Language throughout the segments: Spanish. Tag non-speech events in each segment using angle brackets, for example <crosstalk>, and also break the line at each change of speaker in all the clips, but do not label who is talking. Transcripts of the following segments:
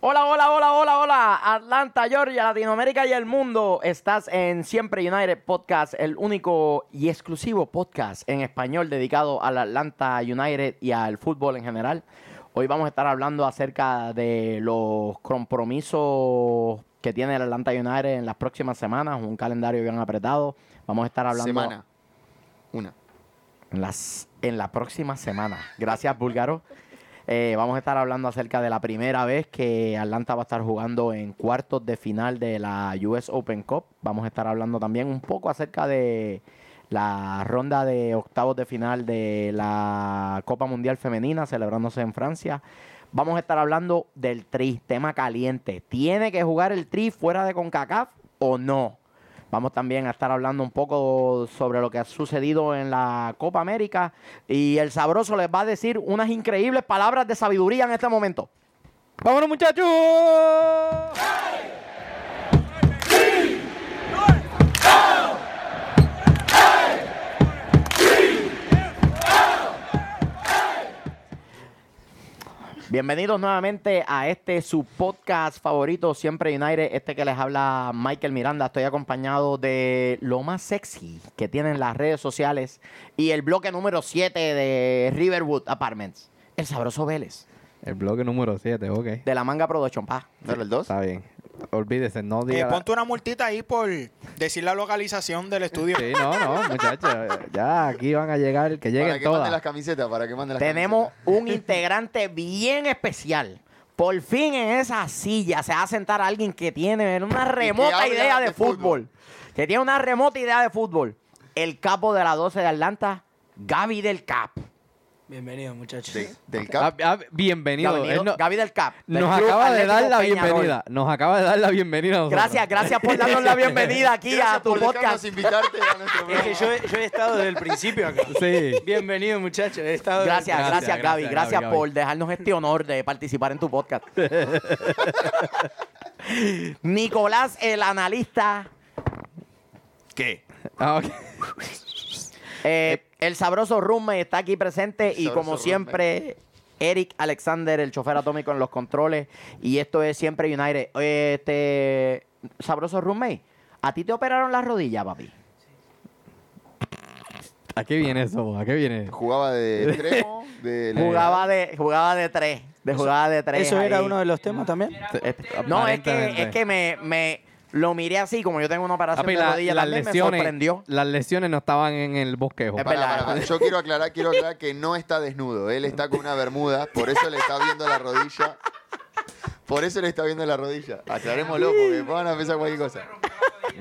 Hola, hola, hola, hola, hola. Atlanta, Georgia, Latinoamérica y el mundo. Estás en Siempre United Podcast, el único y exclusivo podcast en español dedicado al Atlanta United y al fútbol en general. Hoy vamos a estar hablando acerca de los compromisos que tiene el Atlanta United en las próximas semanas, un calendario bien apretado. Vamos a estar hablando
Semana. Una.
en, las, en la próxima semana. Gracias, Búlgaro. Eh, vamos a estar hablando acerca de la primera vez que Atlanta va a estar jugando en cuartos de final de la US Open Cup. Vamos a estar hablando también un poco acerca de la ronda de octavos de final de la Copa Mundial Femenina celebrándose en Francia. Vamos a estar hablando del tri, tema caliente. ¿Tiene que jugar el tri fuera de CONCACAF o no? Vamos también a estar hablando un poco sobre lo que ha sucedido en la Copa América y el sabroso les va a decir unas increíbles palabras de sabiduría en este momento.
¡Vámonos, muchachos!
Bienvenidos nuevamente a este su podcast favorito, Siempre United, este que les habla Michael Miranda. Estoy acompañado de lo más sexy que tienen las redes sociales y el bloque número 7 de Riverwood Apartments, el sabroso Vélez,
El bloque número 7, ok.
de la manga Production. Pa.
¿No era el 2?
Está bien. Olvídese, no
Eh,
Que
diga... la-
Eh, ponte una multita ahí por decir la localización del estudio.
Sí, no, no, muchachos. Ya aquí van a llegar, que
Para
lleguen
que manden las
todas.
camisetas, para que manden las
Tenemos un integrante bien especial. Por fin en esa silla se va a sentar alguien que tiene una remota
habla
idea de
de
fútbol.
fútbol.
Que tiene una remota idea de fútbol. El capo de la 12 de Atlanta, Gaby del Cap.
Bienvenido, muchachos.
camisetas. De- del
Ah,
cap.
ah, bienvenido.
Gaby,
Él no-
Gaby del Cap. del
nos
Club
acaba de
Atlético
dar la
Peñarol.
bienvenida. Nos acaba de dar la bienvenida. a nosotros.
Gracias, gracias por darnos
<laughs>
la bienvenida aquí
Gracias
a tu
por dejarnos
podcast.
invitarte a nuestro
<laughs> Es que
programa.
yo, he- yo he estado desde el principio acá.
Sí.
<laughs>
Bienvenido, muchachos. He estado desde
Gracias,
Gracias,
gracias, Gaby.
gracias,
Gracias
Gaby,
por dejarnos este honor de participar en tu
<laughs>
podcast. Nicolás, el analista,
¿Qué?
Ah, ok.
eh, el sabroso Rume está aquí presente y
Sabroso
como
Rumme.
siempre, Eric Alexander, el chofer atómico en los controles. Y esto es siempre United. Oye, Este, sabroso Rume, ¿a ti te operaron las rodillas, papi?
¿A qué viene eso? ¿A qué viene?
Jugaba de extremo, de
Jugaba de, jugaba de tres, de jugada de tres.
¿Eso era
ahí.
uno de los temas también?
Este- No, es que,
Aparentemente.
es que me, me lo miré así, como yo tengo una operación
Papi,
de
la-
rodilla
las
también, me
lesiones,
sorprendió.
las lesiones no estaban en el bosquejo.
Es
Pará,
verdad.
pará, pará. Yo quiero aclarar, quiero aclarar que no está desnudo. Él está con una bermuda, por eso le está viendo la rodilla. Por eso le está viendo la rodilla. Aclarémoslo, porque van a empezar cualquier cosa.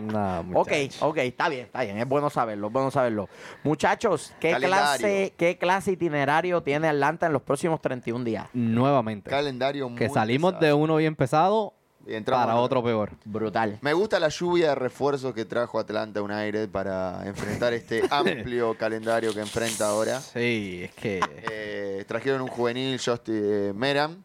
No, muchacho.
Ok, ok, está bien, está bien. Es bueno saberlo, es bueno saberlo. Muchachos, ¿qué
Calendario.
clase, ¿qué clase itinerario tiene Atlanta en los próximos 31 días?
Nuevamente.
Calendario muy
Que salimos
pesado.
de uno bien pesado
Y entramos
para
en
otro peor.
Brutal.
Me gusta la lluvia de refuerzos que trajo Atlanta United para
<laughs>
enfrentar este amplio calendario que enfrenta ahora.
Sí, es
<laughs>
que...
Eh, trajeron un juvenil, Justin eh, Meram.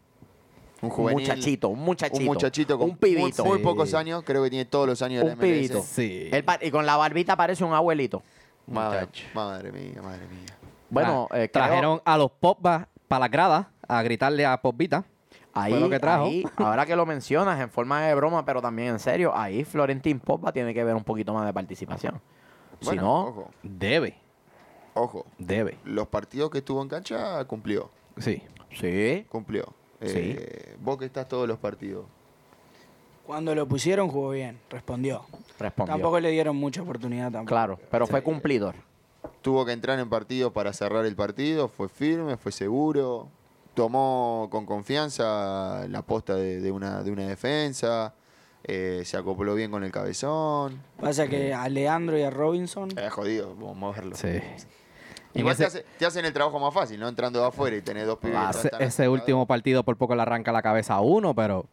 Un
Un
juvenil.
muchachito, un muchachito.
Un muchachito con
Un pibito.
Muy, muy
Sí.
pocos años, creo que tiene todos los años de la
Un
MLS.
pibito.
Sí.
Él pa- y con la barbita parece un abuelito.
Madre,
Muchacho.
madre mía, madre mía.
Bueno,
Tra-
eh, creo-
trajeron a los Popbas para la grada a gritarle a Popbita.
ahí,
fue lo que trajo.
ahí, ahora que lo mencionas en forma de broma, pero también en serio, ahí Florentín Popa tiene que ver un poquito más de participación. si
Bueno,
no,
ojo,
Debe,
ojo.
debe.
Los partidos que estuvo en cancha cumplió,
Sí.
sí.
cumplió. Eh, Vos que estás todos los partidos.
Cuando lo pusieron jugó bien, respondió.
Respondió.
Tampoco le dieron mucha oportunidad tampoco.
Claro, pero fue cumplidor.
Tuvo que entrar en partidos para cerrar el partido, fue firme, fue seguro, tomó con confianza la posta de, de una, de una defensa, eh, se acopló bien con el cabezón.
Pasa que a Leandro y a Robinson
Es jodido mo- moverlo.
Sí.
Igual
En
te,
ese-
hace, te hacen el trabajo más fácil, ¿no? Entrando de afuera y tener dos pibes.
Ah,
que
ese,
están
ese
acoplados.
último partido por poco le arranca la cabeza a uno, pero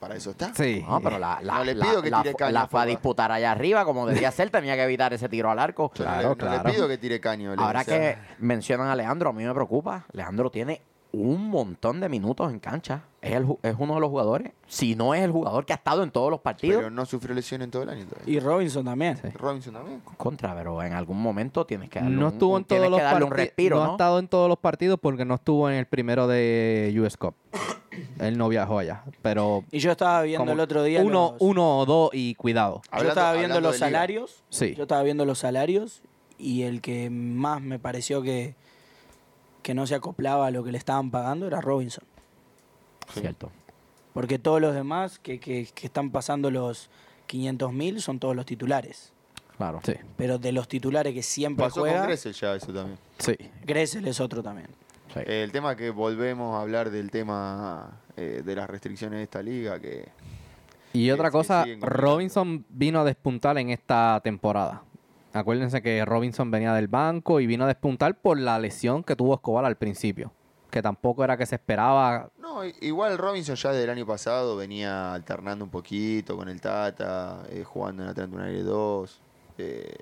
Para eso está.
sí.
No, pero la, la,
No le
la-
pido que
la-
tire caña,
la fue a
Pogba.
disputar allá arriba, como debía ser, tenía que evitar ese tiro al arco.
Yo no le-
Claro,
no
claro.
le pido que tire caño. le
Ahora
decía.
que mencionan a Leandro, a mí me preocupa. Leandro tiene un montón de minutos en cancha. Es, el ju- es uno de los jugadores, si no es el jugador que ha estado en todos los partidos.
Pero no sufrió lesión en todo el año todavía.
y Robinson también.
Robinson también.
Contra, pero en algún momento tienes que darle,
no
un,
estuvo
un-
en todos
tienes
los
que darle un
partidos.
respiro,
No
¿no?
ha estado en todos los partidos porque no estuvo en el primero de US Cup. Él no viajó allá. Pero.
Y yo estaba viendo
como
el otro día.
Uno,
los-
uno o dos y cuidado.
yo
Hablando-
estaba viendo
hablando
los
de liga.
salarios.
Sí.
Yo estaba viendo los salarios. Y el que más me pareció que, que no se acoplaba a lo que le estaban pagando era Robinson.
Cierto.
Porque todos los demás que, que- que están pasando los 500 mil son todos los titulares.
Claro.
Sí,
Pero de los titulares que siempre
Pasó
juega,
con Gressel ya eso también.
sí.
Gressel es otro también.
sí.
Eh, El tema que volvemos a hablar del tema eh, de las restricciones de esta liga, que
Y otra
sí,
cosa,
siguen compitiendo.
Robinson vino a despuntar en esta temporada. Acuérdense que Robinson venía del banco y vino a despuntar por la lesión que tuvo Escobar al principio. Que tampoco era que se esperaba.
No, i- igual Robinson ya del año pasado venía alternando un poquito con el Tata, eh, jugando en Atlanta United 2. eh,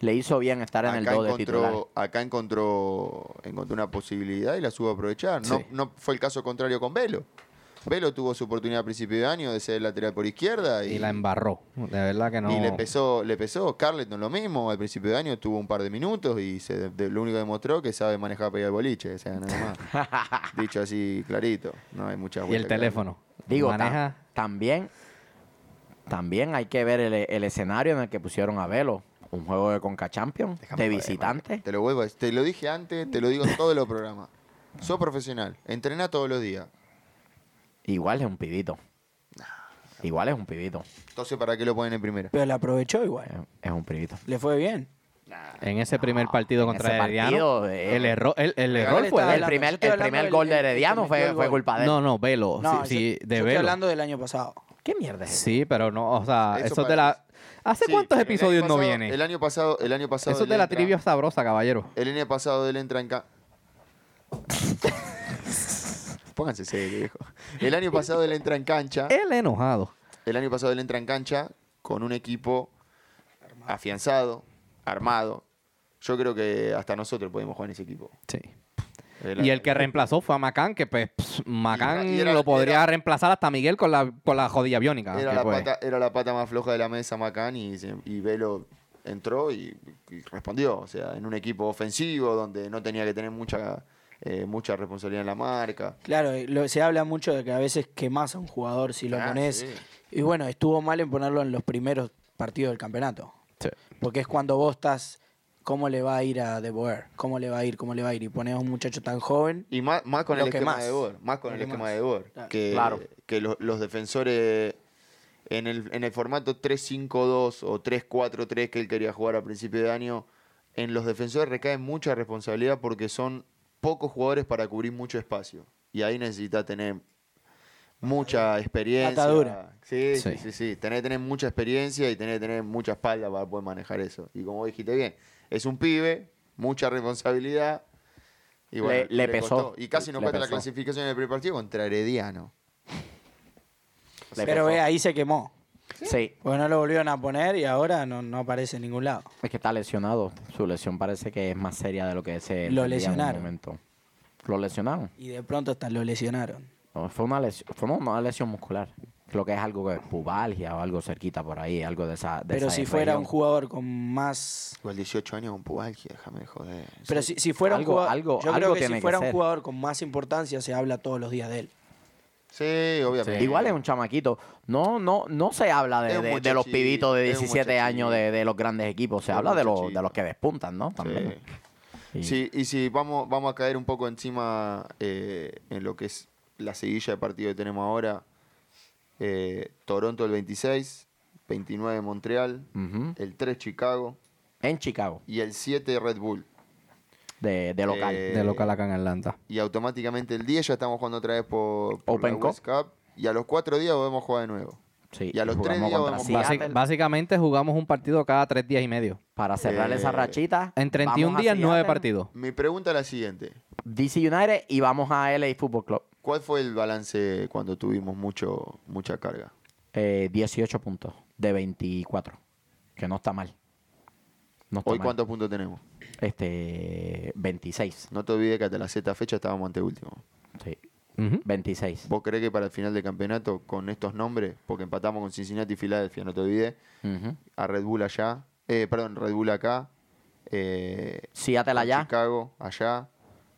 Le hizo bien estar en el 2 de titular.
encontró, acá encontró, encontró una posibilidad y la supo aprovechar. No,
Sí.
no fue el caso contrario con Velo. Velo tuvo su oportunidad a principio de año de ser lateral por izquierda y,
Y la embarró. De verdad que no.
y le pesó, le pesó. Carleton lo mismo, al principio de año tuvo un par de minutos y se, de- lo único que demostró que sabe manejar pegar el boliche, o sea, nada
<laughs>
más. Dicho así clarito, no hay mucha
Y el
vuelta que darle.
teléfono.
Digo, ta-
maneja.
también, también hay que ver el, el escenario en el que pusieron a Velo. Un juego de Conca Champions,
Déjame
de
joder,
visitante.
Mike. Te lo vuelvo a decir. Te lo dije antes, te lo digo en todos los programas. Sos profesional, entrená todos los días.
Igual es un pibito. Igual es un pibito.
Entonces, ¿para qué lo ponen en primera?
Pero la aprovechó igual.
Es- Es un pibito.
Le fue bien.
En ese primer partido
en
contra
ese
Herediano,
partido, eh,
el, error, el, el
Real
error fue
estaba
de
Pues El
hablando- yo
primer,
estoy
el
hablando
primer
del-
gol de
del que
Herediano
metió
fue,
el
fue
gol.
culpa de
él.
él.
No, no, Velo.
No,
sí, sí,
yo-
de
yo estoy
Velo.
hablando del año pasado.
¿Qué mierda es
Sí, pero no, o sea,
Eso
eso, de la... ¿Hace
Sí,
cuántos
el año
episodios no
pasado-
viene?
El año pasado, el año pasado.
Eso es
él
de la
entra-
trivia sabrosa, caballero.
El año pasado él entra
<laughs>
en ca- Pónganse serio, viejo. El año pasado él entra en cancha.
El enojado.
El año pasado él entra en cancha con un equipo afianzado, armado. Yo creo que hasta nosotros podemos jugar en ese equipo.
Sí. Y el que reemplazó fue a Macán, que pues pss, Macán
Y era-
lo podría
era-
reemplazar hasta Miguel con la, con la jodilla biónica.
era,
que
la
fue.
pata, era la pata más floja de la mesa Macán y, se- y Velo entró y, y respondió. O sea, en un equipo ofensivo donde no tenía que tener mucha, eh, mucha responsabilidad en la marca.
Claro, eh, lo- se habla mucho de que a veces quemás a un jugador si lo
Ah,
pones.
sí.
Y bueno, estuvo mal en ponerlo en los primeros partidos del campeonato.
Sí.
Porque es cuando vos estás, ¿cómo le va a ir a De Boer? ¿Cómo le va a ir? ¿Cómo le va a ir? Y pones a un muchacho tan joven.
Y más, más con
Lo
el
que
esquema
más.
de Bor. Más con
Lo
el
que
esquema
más.
de Bor.
Claro.
Que,
Claro.
que lo- los defensores en el, en el formato 3-5-2 o 3-4-3 que él quería jugar a principio de año, en los defensores recae mucha responsabilidad porque son pocos jugadores para cubrir mucho espacio. Y ahí necesita tener mucha experiencia.
Atadura.
Sí, sí,
Sí.
sí. sí. Tenés que tener mucha experiencia y tenés que tener mucha espalda para poder manejar eso. Y como vos dijiste bien, es un pibe, mucha responsabilidad. Y
Le-
bueno,
le pesó.
costó. Y casi nos
Le
falta la
pesó.
clasificación en el primer partido contra Herediano.
Le
pero
pasó.
ve, ahí se quemó.
Sí,
Porque no lo volvieron a poner y ahora no, no aparece en ningún lado.
es que está lesionado. Su lesión parece que es más seria de lo que se entendía en
Lo
un
lesionaron.
momento. Lo lesionaron.
Y de pronto hasta lo lesionaron.
No, fue una lesión, fue no, una lesión muscular. Lo que es algo que es pubalgia o algo cerquita por ahí, algo de esa. de
Pero
esa
si fuera un
región.
jugador con más
Igual 18 años con Pubalgia, déjame de joder.
Pero si, si fuera
Algo-
un jugador,
algo-
yo
algo
creo que
tiene
si
que
fuera
ser.
un jugador con más importancia se habla todos los días de él.
Sí, obviamente.
Igual es un chamaquito. No, no, no se habla de,
Es un
de- de los
muchachito,
pibitos de
es un
17 años de,
muchachito.
de los grandes equipos. Se
Es un
habla de los,
muchachito.
de los que despuntan, ¿no? También.
Sí.
Y-
Sí, y si vamos, vamos a caer un poco encima eh, en lo que es la seguilla de partido que tenemos ahora, eh, Toronto el 26, 29 Montreal,
Ujú.
el 3 Chicago
En Chicago,
y el 7 Red Bull.
de, de local.
Eh,
De local acá en Atlanta.
Y automáticamente el 10 ya estamos jugando otra vez por, por
Open
la West Cup. Y a los 4 días volvemos a jugar de nuevo.
Sí,
y a los tres
jugamos
días
contra
vamos-
Seattle.
Basi- básicamente jugamos un partido cada tres días y medio.
Para cerrar
Eh,
esa rachita.
En 31
vamos a
días, nueve
Seattle,
partidos.
Mi pregunta es la siguiente.
DC United y vamos a LA Football Club.
¿Cuál fue el balance cuando tuvimos mucho, mucha carga?
Eh, 18 puntos de 24. Que no está mal. No está
¿Hoy
mal.
cuántos puntos tenemos?
Este, 26.
No te olvides que hasta la Z fecha estábamos ante último.
Sí,
Ujú.
26.
¿Vos crees que para el final del campeonato, con estos nombres, porque empatamos con Cincinnati y Filadelfia, no te olvides,
Ujú.
a Red Bull allá, eh, perdón, Red Bull acá, eh,
Seattle
con
allá.
Chicago allá,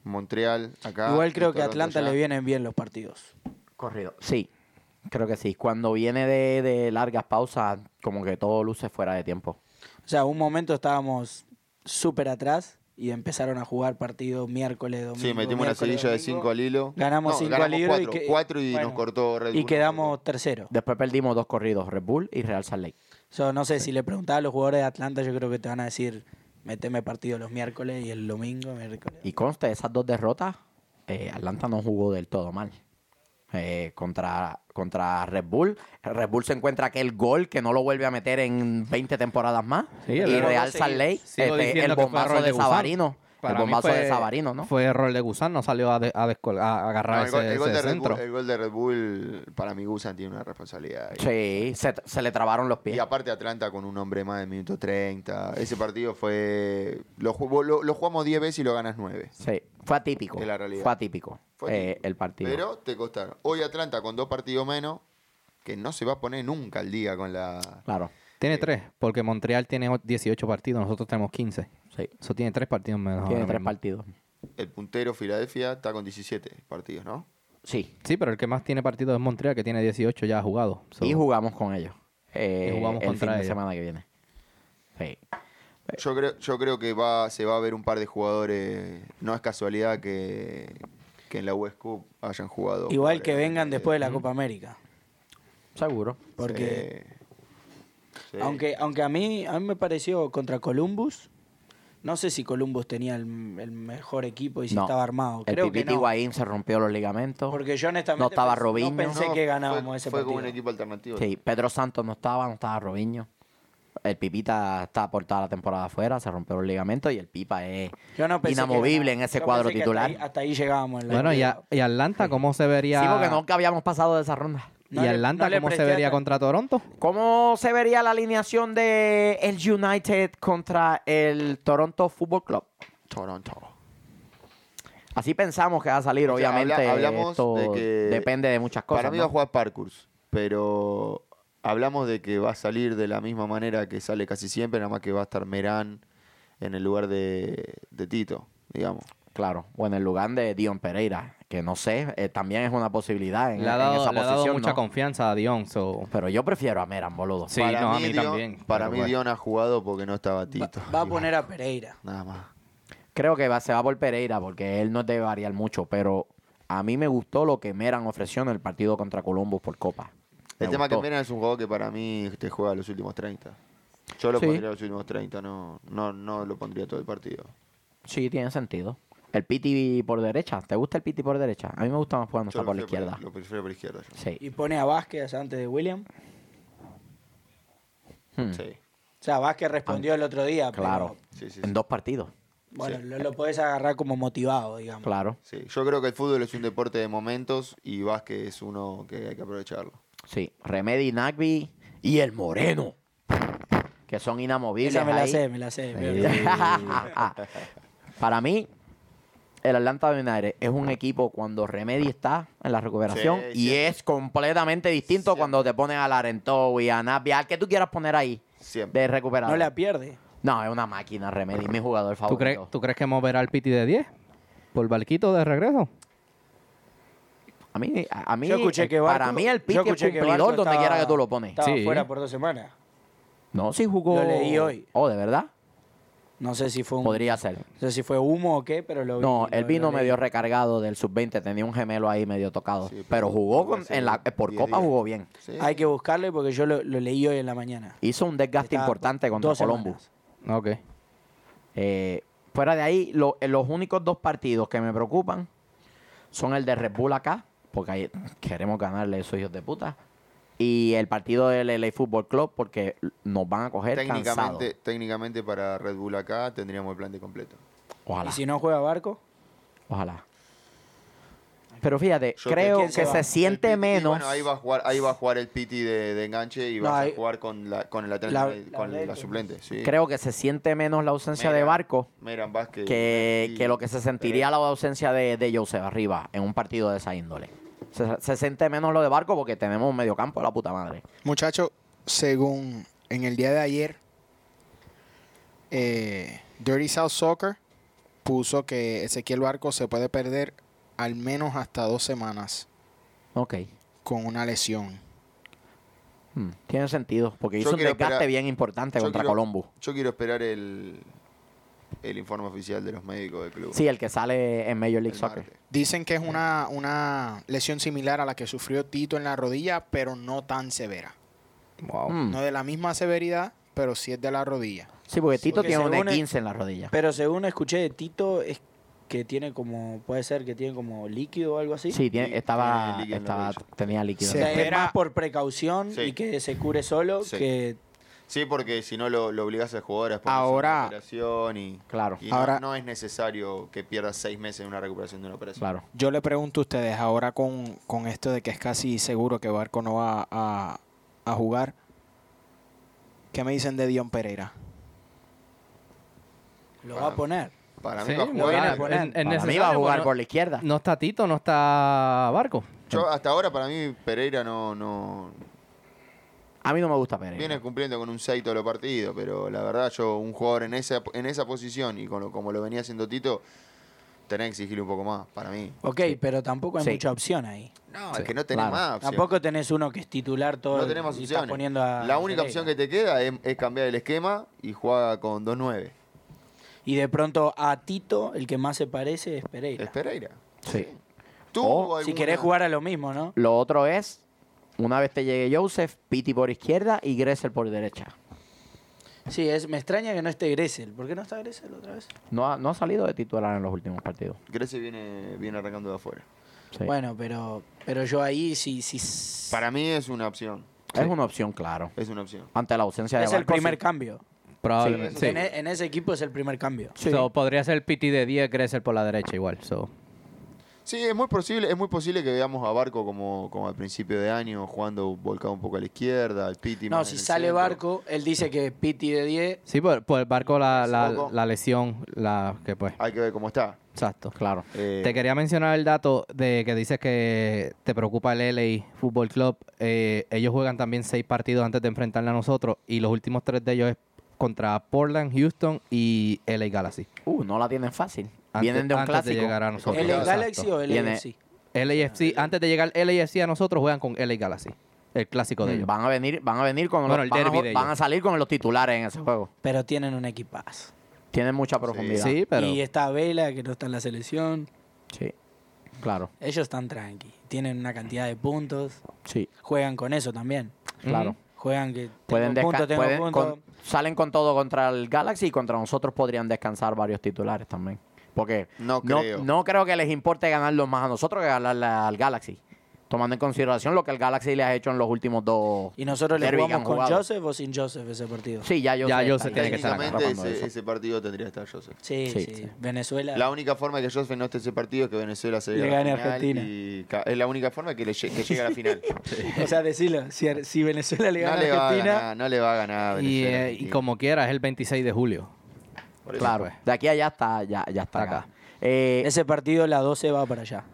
Montreal acá.
Igual
y
creo que a
Toronto
Atlanta
allá.
le vienen bien los partidos.
Corrido. Sí, creo que sí. Cuando viene de, de largas pausas, como que todo luce fuera de tiempo.
O sea, un momento estábamos súper atrás y empezaron a jugar partido miércoles, domingo.
Sí, metimos una
miércoles,
seguilla de
domingo.
5 al hilo.
Ganamos
No,
cinco
ganamos
al hilo
cuatro,
y, que-
cuatro y nos
bueno,
cortó Red
Y
Bull.
quedamos tercero.
Después perdimos dos corridos, Red Bull y Real Salt Lake.
Yo no sé, si le preguntaba a los jugadores de Atlanta, yo creo que te van a decir, meteme partido los miércoles y el domingo, miércoles.
Y conste, esas dos derrotas, eh, Atlanta no jugó del todo mal. Eh, contra, contra Red Bull. Red Bull se encuentra aquel gol que no lo vuelve a meter en 20 temporadas más.
Sí,
y
el error.
Real Salt Lake,
Sigo
este,
diciendo
el
que fue
bombazo
error
de
Gusán.
Sabarino. El
Para mí
bombazo
fue-
de Sabarino, ¿no?
Fue error de Gusán, no salió a, de- a descol- a
No,
agarrar
el, gol,
ese,
el gol
ese
de eh, Red
centro.
Bull, el gol de Red Bull, para mi Gusan, tiene una responsabilidad. ahí.
Sí, se, se le trabaron los pies.
Y aparte Atlanta con un hombre más de minuto 30. Ese partido fue... Lo, ju- lo- lo jugamos 10 veces y lo ganas 9.
Sí, fue atípico.
Es la realidad.
Fue atípico
Fue
eh,
atípico.
el partido.
Pero te costaron. Hoy Atlanta con dos partidos menos, que no se va a poner nunca al día con la...
Claro,
eh.
Tiene tres, porque Montreal tiene o- 18 partidos, nosotros tenemos 15.
sí.
Eso tiene tres partidos menos.
Tiene
ahora
tres
mismo.
partidos.
El puntero Filadelfia está con 17 partidos, ¿no?
Sí.
Sí, pero el que más tiene partidos es Montreal, que tiene 18 ya jugado. So,
y jugamos con ellos. eh,
Y jugamos
el
contra
fin de
ellos.
semana que viene. Sí.
Yo creo, yo creo que va, se va a ver un par de jugadores. No es casualidad que, que en la US Cup hayan jugado.
Igual
jugadores
que vengan después de
¿eh?
la Copa América.
Seguro.
Porque
Sí, sí.
aunque, aunque a, mí, a mí me pareció contra Columbus, no sé si Columbus tenía el, el mejor equipo y si
No.
estaba armado.
El
Creo que
Pipiti
no.
Higuaín se rompió los ligamentos.
Porque yo honestamente
No estaba
pens-
Robinho.
no pensé
No,
que ganábamos
fue,
ese
fue
partido.
como un equipo alternativo.
Sí, Pedro Santos no estaba, no estaba Robinho. El Pipita está por toda la temporada afuera, se rompió los ligamentos y el Pipa es
Yo no pensé que
inamovible en
ganábamos.
ese
Yo
cuadro
pensé que hasta
titular.
ahí- Hasta ahí, llegábamos. en la
bueno, y,
liga.
a- y Atlanta, ¿cómo se vería?
Sí, porque nunca habíamos pasado de esa ronda.
No
¿Y
le-
Atlanta,
no le
cómo se
presté
vería
atención.
contra Toronto?
¿Cómo se vería la alineación de el United contra el Toronto Football Club?
Toronto.
Así pensamos que va a salir,
O sea,
obviamente.
habla- hablamos
esto
de que-
depende de muchas cosas.
Para mí
¿no?
va a jugar Parkurs, pero hablamos de que va a salir de la misma manera que sale casi siempre, nada más que va a estar Merán en el lugar de, de Tito, digamos.
Claro, o en el lugar de Dion Pereira, que no sé, eh, también es una posibilidad en,
Le ha
en
dado,
esa
le ha dado
posición.
mucha
¿no?
confianza a Dion. so-
Pero yo prefiero a Meran, boludo.
Sí, no, a mí
Dion-
también,
Para
pero
mí
bueno.
Dion ha jugado porque no estaba Tito.
Va, va a poner a Pereira.
Nada más.
Creo que va- se va por Pereira porque él no debe variar mucho, pero a mí me gustó lo que Meran ofreció en el partido contra Columbus por Copa. Me
El tema que
gustó.
Meran es un jugador que para mí te juega los últimos 30. Yo lo
Sí.
pondría los últimos 30, no, no, no lo pondría todo el partido.
Sí, tiene sentido. El Piti por derecha. ¿Te gusta el Piti por derecha? A mí me gusta más cuando
Yo
está
lo
por la
prefiero
izquierda.
Lo prefiero por izquierda. yo.
Sí.
Y pone a Vázquez antes de William.
Hmm.
Sí.
O sea, Vázquez respondió el otro día. pero,
Ah, Claro.
Sí, sí, sí.
En dos partidos.
bueno,
Sí.
lo, lo podés agarrar como motivado, digamos.
Claro.
Sí. Yo creo que el fútbol es un deporte de momentos y Vázquez es uno que hay que aprovecharlo.
Sí. Remedy, Nagby y el Moreno. Que son inamovibles.
Esa me la
ahí.
sé, me la
Sí.
sé.
<laughs> Para mí, el Atlanta United es un equipo cuando Remedy está en la recuperación
Sí,
y
siempre.
es completamente distinto cuando te pones a Larentow y a Napi, al que tú quieras poner ahí
Siempre.
de recuperador.
No la pierde.
No, es una máquina Remedy, mi jugador
¿Tú, crees-
favorito.
¿Tú crees que moverá al Piti de 10? ¿Por barquito de regreso?
A mí, a a mí
yo escuché que Barco,
para mí el
yo
Piti es
escuché que
cumplidor
Barco
donde
estaba-
quiera que tú lo pones.
Estaba
Sí.
fuera por dos semanas.
No, si jugó.
Lo leí hoy.
Oh, de verdad.
No sé si fue un,
Podría ser.
no sé si fue humo o qué, pero lo vi,
No,
lo-
él
lo
vino
leí.
medio recargado del sub-20, tenía un gemelo ahí medio tocado.
Sí,
pero,
pero
jugó
igual
con-
se
en la,
dio
por
10,
Copa
10.
jugó bien.
Sí.
Hay que buscarle porque yo lo, lo leí hoy en la mañana.
Hizo un desgaste
Estaba
importante contra
dos semanas.
Columbus.
Ok.
Eh, fuera de ahí, lo- eh, los únicos dos partidos que me preocupan son el de Red Bull acá, porque ahí <laughs> queremos ganarle a esos hijos de puta. Y el partido del LA Football Club, porque nos van a coger cansados.
Técnicamente, técnicamente para Red Bull acá tendríamos el plan de completo.
Ojalá,
Y si no juega Barco,
ojalá. Pero fíjate,
Yo
creo
creo
que
que se
se,
va. El
siente
El Piti, y
menos.
Bueno, ahí va a jugar, ahí va a jugar el Piti de, de enganche y
No,
vas
ahí-
a jugar con la, con el Atlanta-
La-
con
la
la,
Blake.
suplente. Sí.
Creo que se siente menos la ausencia de
Mira.
Barco
Meran Vázquez.
que,
y-
que lo que se sentiría la ausencia de, de Joseph arriba en un partido de esa índole. Se, se siente menos lo de Barco porque tenemos un mediocampo de la puta madre.
Muchachos, según en el día de ayer, eh, Dirty South Soccer puso que Ezequiel Barco se puede perder al menos hasta dos semanas.
Ok. Ok.
con una lesión.
Hmm, Tiene sentido, porque
Yo
hizo un
quiero
desgaste
esperar-
bien importante
Yo
contra
quiero-
Columbus.
Yo quiero esperar el, el informe oficial de los médicos del club.
Sí, el que sale en Major League
el
Soccer.
martes.
Dicen que es una, una lesión similar a la que sufrió Tito en la rodilla, pero no tan severa.
Wow.
Hmm.
No de la misma severidad, pero sí es de la rodilla.
Sí, porque Tito
porque
tiene un
según el-
E15 en la rodilla.
Pero según escuché de Tito, es que tiene como, puede ser que tiene como líquido o algo así.
Sí, tiene-
Tiene
estaba,
líquido en la
estaba-
rodilla.
tenía líquido.
O sea, es
Espera.
más por precaución
Sí.
y que se cure solo
Sí.
que
Sí, porque si no lo, lo obligas al jugador a exponerse a
Ahora-
una operación y,
Claro,
y no-
Ahora-
no, es necesario que pierdas seis meses en una recuperación de una operación.
claro.
Yo le pregunto a ustedes, ahora con, con esto de que es casi seguro que Barco no va a, a jugar, ¿qué me dicen de Dion Pereira?
lo va a poner.
Para mí
Sí,
va a
lo
jugar.
va a
Bueno,
poner.
para
Es
Para mí
necesario,
va a jugar
no-
por la izquierda.
No está Tito, no está Barco.
Yo hasta ahora para mí Pereira no, no
A mí no me gusta Pérez.
viene cumpliendo con un 6 todos los partidos, pero la verdad yo un jugador en esa en esa posición y con lo- como lo venía haciendo Tito tenés que exigirle un poco más para mí.
Ok, pero tampoco hay
Sí.
mucha opción ahí.
No,
Sí,
es que no tenés
claro.
más. opción.
Tampoco tenés uno que es titular todo
no
el-
tenemos
y estás
opciones.
poniendo a
la única
Pereira.
opción que te queda es, es cambiar el esquema y juega con 2-9.
Y de pronto a Tito, el que más se parece es Pereira.
Es Pereira.
Sí.
Tuvo
si
alguna-
querés jugar a lo mismo, ¿no?
Lo otro es, una vez te llegue Joseph, Piti por izquierda y Gressel por derecha.
Sí, es, me extraña que no esté Gressel. ¿Por qué no está Gressel otra vez?
No ha, no ha salido de titular en los últimos partidos.
Grecia viene, viene arrancando de afuera.
Sí.
Bueno, pero, pero yo ahí sí... sí
Para mí es una opción.
es una opción, claro.
Es una opción.
Ante la ausencia de
es el
Barco,
primer
sí.
cambio.
Probablemente.
Sí,
Sí.
En, e- en ese equipo es el primer cambio.
Sí.
So, podría ser Piti de 10, Gressel por la derecha igual. So.
Sí, es muy posible, es muy posible que veamos a Barco como, como al principio de año, jugando volcado un poco a la izquierda, al Piti.
No,
más en
si
el
sale
centro.
Barco, él dice que Piti de 10.
Sí, por, por el Barco la, la-
Poco. Ah,
la lesión, la que pues.
Hay que ver cómo está.
Exacto.
Claro.
Eh,
Te quería mencionar el dato de que dices que te preocupa el LA Fútbol Club. Eh, ellos juegan también seis partidos antes de enfrentarle a nosotros y los últimos tres de ellos es contra Portland, Houston y LA Galaxy.
Uh, no la tienen fácil.
Antes-
Vienen de un
antes
clásico.
llegar a nosotros.
¿LA
Exacto.
Galaxy o
Viene-
LAFC?
LAFC, antes de llegar LAFC a nosotros juegan con LA Galaxy, el clásico de
Mm,
ellos.
Van a venir, van a venir con
Bueno,
los,
el
van, a,
derbi
ju-
de
van
ellos.
a salir con los titulares en ese juego.
Pero tienen un equipazo.
Tienen mucha profundidad.
Sí, pero
Y está Vela, que no está en la selección.
Sí. Claro.
Ellos están tranqui. Tienen una cantidad de puntos.
Sí.
Juegan con eso también.
Claro.
Juegan que tengo
Pueden
punto,
descansar.
tengo punto.
salen con todo contra el Galaxy y contra nosotros podrían descansar varios titulares también. Porque
No creo.
no creo que les importe ganarlos más a nosotros que ganarle al Galaxy. Tomando en consideración lo que el Galaxy le ha hecho en los últimos dos.
¿Y nosotros le
derbi que han
jugamos con
jugado.
Joseph o sin Joseph ese partido?
Sí, ya yo
Ya
sé,
yo
está
sé,
bien.
tiene que estar acá.
Eh, técnicamente
Rapando
ese,
eso.
ese partido tendría que estar Joseph.
Sí,
Sí,
sí.
sí.
Venezuela. <laughs>
La única forma que Joseph no esté ese partido es que Venezuela se
Y le
llegue a
gane
la
a
final
Argentina.
y ca- es la única forma que, le lle- que llegue a la final.
O sea, decirlo. Si, Ar- si Venezuela <laughs> le
no,
gana
le
a
va a
Argentina,
ganar, no le va a ganar. a
Y,
Venezuela,
eh, y
Argentina.
como quiera, es el 26 de julio.
Por eso,
Claro.
pues.
De aquí a allá está, ya, ya está acá.
Acá.
Eh,
ese partido la 12 va para allá.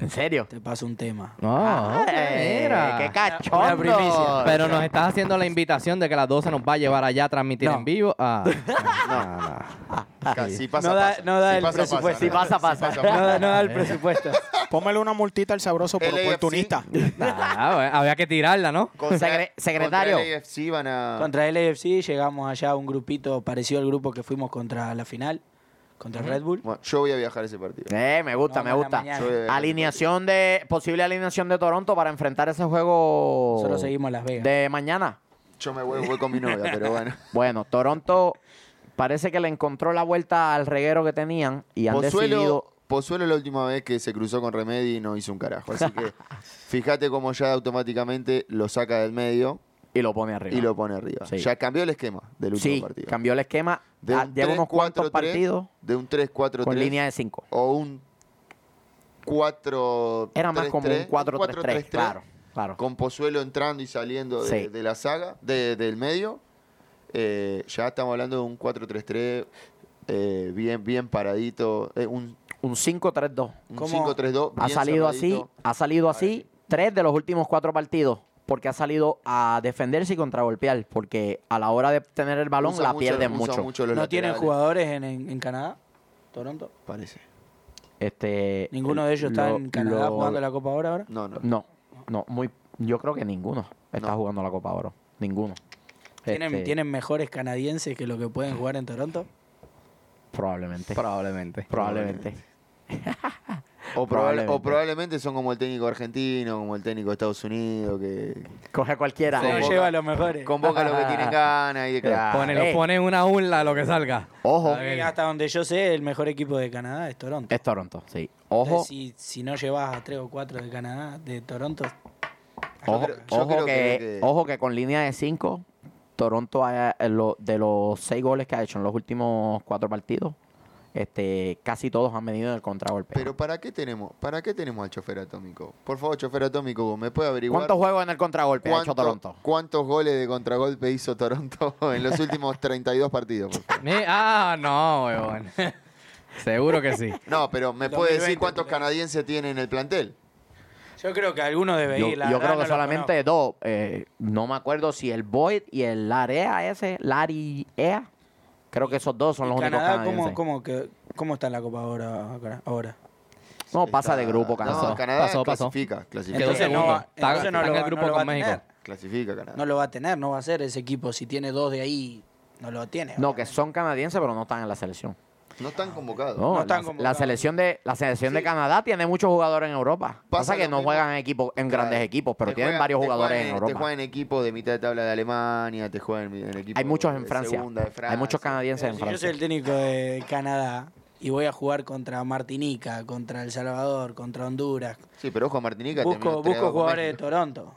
¿En serio?
Te paso
<laughs>
un tema.
Ah,
Eh,
mira.
¡Qué cachondo!
Una primicia.
Pero nos estás haciendo la invitación de que a las 12 nos va a llevar allá a transmitir
No.
en vivo. <laughs> Ah,
ca- si pasa,
No da-
pasa.
no da
Si
el
pasa,
presupuesto.
Si pasa, pasa.
No, da- no da
Eh.
el
<laughs>
presupuesto.
Póngale una multita al sabroso por
LAFC.
oportunista. <laughs>
Ah, bueno, había que tirarla, ¿no?
Segre- secretario.
Contra el AFC van
Ah.
a...
Contra el AFC llegamos allá a un grupito parecido al grupo que fuimos contra la final, contra Red Bull.
Oh.
Bueno, yo voy a viajar a ese partido.
Eh, me gusta,
No,
me
no, la
gusta.
mañana.
Yo, eh,
Alineación de. Posible alineación de Toronto para enfrentar ese juego.
Nosotros seguimos Las Vegas.
De mañana.
Yo me voy, voy con mi novia, pero bueno.
Bueno, Toronto parece que le encontró la vuelta al reguero que tenían y han decidido.
Pozuelo, Pozuelo la última vez que se cruzó con Remedy no hizo un carajo. Así que
<laughs>
fíjate cómo ya automáticamente lo saca del medio
Y lo pone arriba.
y lo pone arriba.
Sí.
Ya cambió el esquema del último
sí,
partido.
cambió el esquema.
De
Ah,
un
Lleva unos cuantos
3-4-3,
partidos
De un 3-4-3.
con línea de 5.
O un 4
Era más como un 4-3-3. Claro, claro.
Con Pozuelo entrando y saliendo de,
Sí.
de la saga, de- del medio. Eh, ya estamos hablando de un 4-3-3 eh, bien, bien paradito. eh, un
Un 5-3-2.
un
¿Cómo
5-3-2.
Ha
bien
salido
cerradito.
así, ha salido así tres de los últimos cuatro partidos. Porque ha salido a defenderse y contragolpear. Porque a la hora de tener el balón
Usa
la
mucho-
pierden
usa
mucho.
los
¿No tienen
laterales,
jugadores en, en- en Canadá? ¿Toronto?
Parece.
Este,
¿Ninguno
el-
de ellos está
lo-
en Canadá
Este, lo-
jugando la Copa ahora? ahora?
No, no.
No, No, muy, yo creo que ninguno está
No.
jugando la Copa Oro. Ninguno.
¿Tienen,
Este,
tienen mejores canadienses que lo que pueden jugar en Toronto?
Probablemente.
Probablemente.
probablemente.
O, probable-
Probablemente.
o probablemente son como el técnico argentino, como el técnico de Estados Unidos, que
Coge a cualquiera.
No
Eh,
lleva a los mejores.
convoca lo que
<laughs>
tienen ganas y declara.
Pone, lo
eh.
pone en una urla lo que salga.
Ojo,
A
Eh, Hasta donde yo sé, el mejor equipo de Canadá es Toronto.
Es Toronto, sí.
Entonces,
Este, Ojo,
si, si no llevas a tres o cuatro de Canadá, de Toronto,
ojo,
creo- yo
ojo
creo
que,
que-
ojo que con línea de 5, Toronto ha- eh, lo- de los seis goles que ha hecho en los últimos cuatro partidos, este, casi todos han venido del contragolpe.
pero ¿para qué tenemos para qué tenemos al chofer atómico? Por favor, chofer atómico, ¿me puede averiguar
¿Cuántos juegos en el contragolpe ha hecho
cuánto-
Toronto?
cuántos goles de contragolpe hizo Toronto <laughs> en
<laughs>
los últimos 32 partidos? por favor?
Ni- Ah, no, weón. <laughs> Seguro que sí.
No, pero <laughs> ¿me puede
2020,
decir cuántos
claro.
canadienses tiene en el plantel?
yo creo que alguno debe
Yo,
ir. la
yo
verdad
creo que
no lo
solamente dos. eh, no me acuerdo si el Boyd y el Larea ese, Lariea. Creo que esos dos son los
conozco. ¿Y
únicos
Canadá,
canadienses.
¿cómo, cómo que, ¿cómo está en la Copa ahora? ahora- ahora?
No, pasa
Está-
de grupo, Canadá.
No, Canadá
Pasó, pasó.
clasifica, clasifica.
Quedó
Entonces
segundo.
no va-
está
entonces no
está
lo
en el
va-
grupo
no lo va
con
a
México.
tener.
Clasifica Canadá.
No lo va a tener, no va a ser ese equipo. Si tiene dos de ahí, no lo tiene.
No, que son canadienses, pero no están en la selección.
No están convocados.
No,
No están
la, la
convocados.
selección de la selección de
Sí.
Canadá tiene muchos jugadores en Europa. Pasa,
Pasa
que
lo
no
mismo.
juegan en equipos en
Claro.
grandes equipos, pero
Te
tienen
juegan-
varios
te
jugadores
juegan
en
Te
Europa.
juegan equipos de mitad de tabla de Alemania, te juegan en equipos
Hay muchos en
de
Francia.
segunda de
Hay muchos
Francia.
canadienses en
si yo
Francia.
soy el técnico de Canadá y voy a jugar contra Martinica, contra El Salvador, contra Honduras,
Sí, pero ojo, Martinica terminó
busco,
tres a dos
busco
con
jugadores de
México.
Toronto.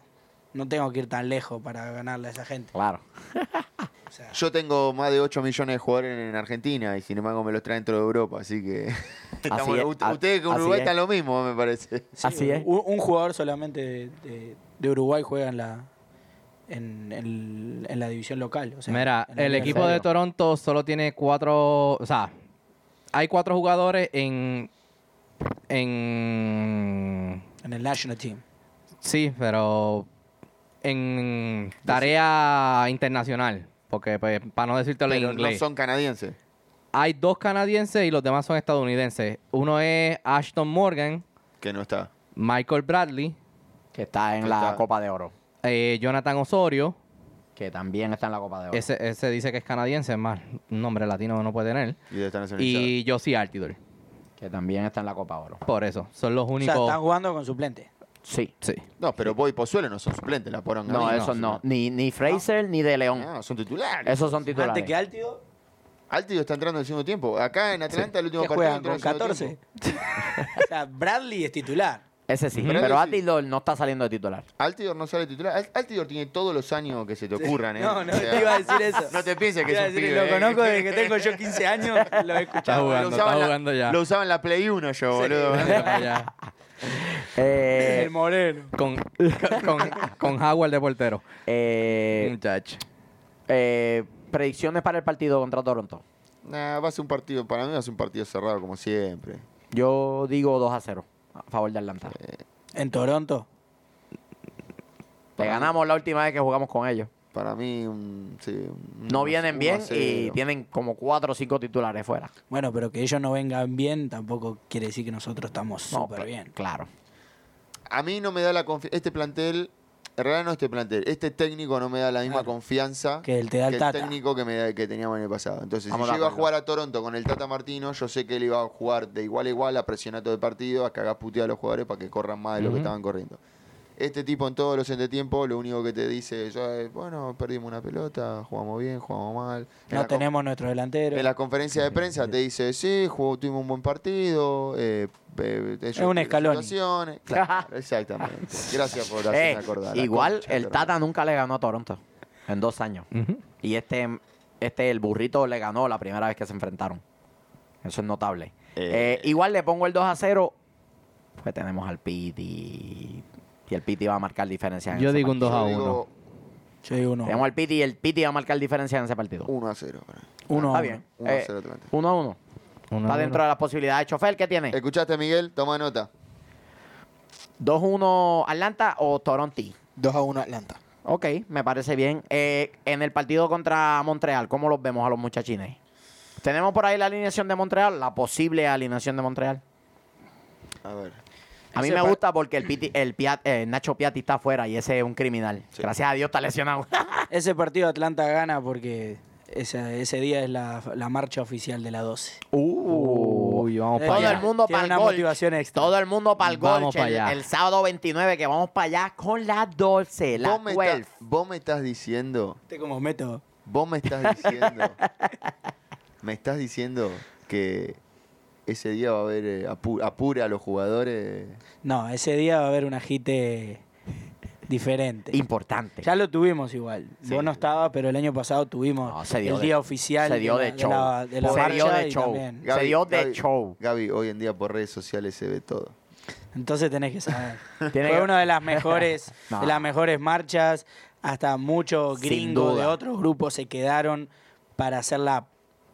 No tengo que ir tan lejos para ganarle a esa gente.
Claro.
O sea,
Yo tengo más de 8 millones de jugadores en Argentina y sin embargo me los traen dentro de Europa, así que... <laughs> <laughs> estamos-
es,
ut-
a-
ustedes con
así
Uruguay
es.
están lo mismo, me parece.
sí,
Así es.
Un, un jugador solamente de, de- de Uruguay juega en la, en, en- en la división local. o sea,
Mira,
en la
el
liga
equipo
local.
de Toronto solo tiene cuatro. O sea, hay cuatro jugadores en. En.
En el National Team.
Sí, pero. En tarea internacional. Porque, pues, para no decirte lo en
Pero no
inglés.
son canadienses.
Hay dos canadienses y los demás son estadounidenses. Uno es Ashton Morgan,
Que no está.
Michael Bradley,
Que está en
Que
la
está-
Copa de Oro.
eh, Jonathan Osorio.
Que también está en la Copa de Oro.
Ese, ese dice que es canadiense, es más, un nombre latino no puede tener.
Y está nacionalizado.
Y Josie Artidor.
Que también está en la Copa de Oro.
Por eso, son los
O sea,
únicos.
están jugando con suplente.
Sí.
Sí.
No, pero Boy y Pozuelo no Ah, son suplentes, la poronga.
No,
no,
esos
sí,
no. Ni, ni Fraser ni De León.
No, son titulares.
Esos son titulares.
Antes que Altido,
Altido está entrando en el segundo tiempo. Acá en Atlanta el último
que
partido
juegan
entró en
con
el segundo
14.
tiempo.
<laughs> o sea, Bradley es titular.
Ese sí.
Ujú.
Pero
Ese sí.
Atildor no está saliendo de titular.
Altidor no sale titular. Al- Altidor tiene todos los años que se te ocurran, ¿eh?
No, no,
O sea,
te iba a decir eso.
No te pienses que
Te iba a
es un
decir,
pibe,
Lo
¿eh?
conozco desde que tengo yo 15 años, lo he
Está
<laughs> escuchado.
jugando,
usaba
está
en la-
jugando ya.
Lo usaba en la Play 1 yo, boludo.
Ya,
Eh,
<laughs>
El Moreno.
Con, <laughs> con, con Howard de portero.
eh,
Muchacho.
eh, predicciones para el partido contra Toronto.
Nah, va a ser un partido, para mí va a ser un partido cerrado como siempre.
Yo digo 2 a 0 a favor de Atlanta.
Eh,
En Toronto.
Le ganamos la última vez que jugamos con ellos.
Para mí, un- sí, un-
No
un-
vienen
Mm, uno
bien
a
y
cero.
tienen como 4 o 5 titulares fuera.
Bueno, pero que ellos no vengan bien tampoco quiere decir que nosotros estamos
No,
súper
pero-
bien.
Claro.
A mí no me da la confianza. Este plantel, en realidad no este plantel, este técnico no me da la misma
Claro.
confianza
Ah, Que el te da el
que
Tata.
técnico que, me da- que teníamos en el pasado. Entonces,
Vamos
si
de
yo iba a
acuerdo.
jugar a Toronto con el Tata Martino, yo sé que él iba a jugar de igual a igual a presionar todo el partido, a cagar putear a los jugadores para que corran más de lo que
Ujú.
estaban corriendo. Este tipo en todos los entretiempos, lo único que te dice yo, es, bueno, perdimos una pelota, jugamos bien, jugamos mal. En la
No
conf-
tenemos nuestro delantero.
En la conferencia de prensa te dice, sí, jugó, tuvimos un buen partido. eh, eh, ellos
un
tuvieron
Scaloni.
situaciones.
<laughs>
Claro, exactamente. Gracias por hacerme
Eh,
acordar. la
igual
concha de
el
tu
Tata nunca le ganó a Toronto en dos años.
Ujú.
Y este, este, el burrito le ganó la primera vez que se enfrentaron. Eso es notable.
Eh,
Eh, igual le pongo el 2 a 0. Pues tenemos al Piti. Y el Piti va a marcar diferencias. en
Yo
ese
digo un
partido.
2 a
hermano. Yo
1.
digo
Yo digo uno.
Tenemos al Piti y el Piti va a marcar diferencias en ese partido.
1 a 0. para mí.
Uno
Está
a
bien.
uno. Uno a
Eh,
cero Atlanta.
uno a uno. Está dentro de las posibilidades. Chofer, ¿qué tiene?
¿Escuchaste, Miguel? Toma nota.
2-1 Atlanta o Toronto.
2 a 1 Atlanta.
Ok, me parece bien. Eh, en el partido contra Montreal, ¿cómo los vemos a los muchachines? Tenemos por ahí la alineación de Montreal, la posible alineación de Montreal.
A ver.
A mí
Ese
me
par-
gusta porque el, Piti- el Piat- eh, Nacho Piatti está afuera y ese es un criminal. Gracias a Dios está lesionado.
Ah, Ese partido Atlanta gana porque esa- ese día es la, la marcha oficial de la 12.
Uy, vamos
Eh,
<laughs>
para
Todo
ya,
el
allá.
mundo
tiene
para el
una
gol.
motivación extra.
Todo el mundo para el
Vamos
gol.
pa'
El,
allá.
el sábado 29 que vamos para allá con la 12, la
Vos me, está-
12.
vos me estás diciendo,
Este como meto.
vos me estás
<laughs>
diciendo, me estás diciendo que ese día va a haber eh, apu- apura a los jugadores.
No, ese día va a haber un ajite diferente.
Importante.
Ya lo tuvimos igual.
Sí.
Vos no estabas, pero el año pasado tuvimos
No, se dio
el
de-
día oficial
se dio
la-
de show.
la, de la
Se dio
marcha
de
y
show.
también.
Se dio de show.
Gaby, hoy en día por redes sociales se ve todo.
Entonces tenés
<laughs>
que saber.
Tiene
Fue
que-
una de las mejores,
<laughs> No.
de las mejores marchas. Hasta muchos
Sin
gringos de
duda.
otros grupos se quedaron para hacer la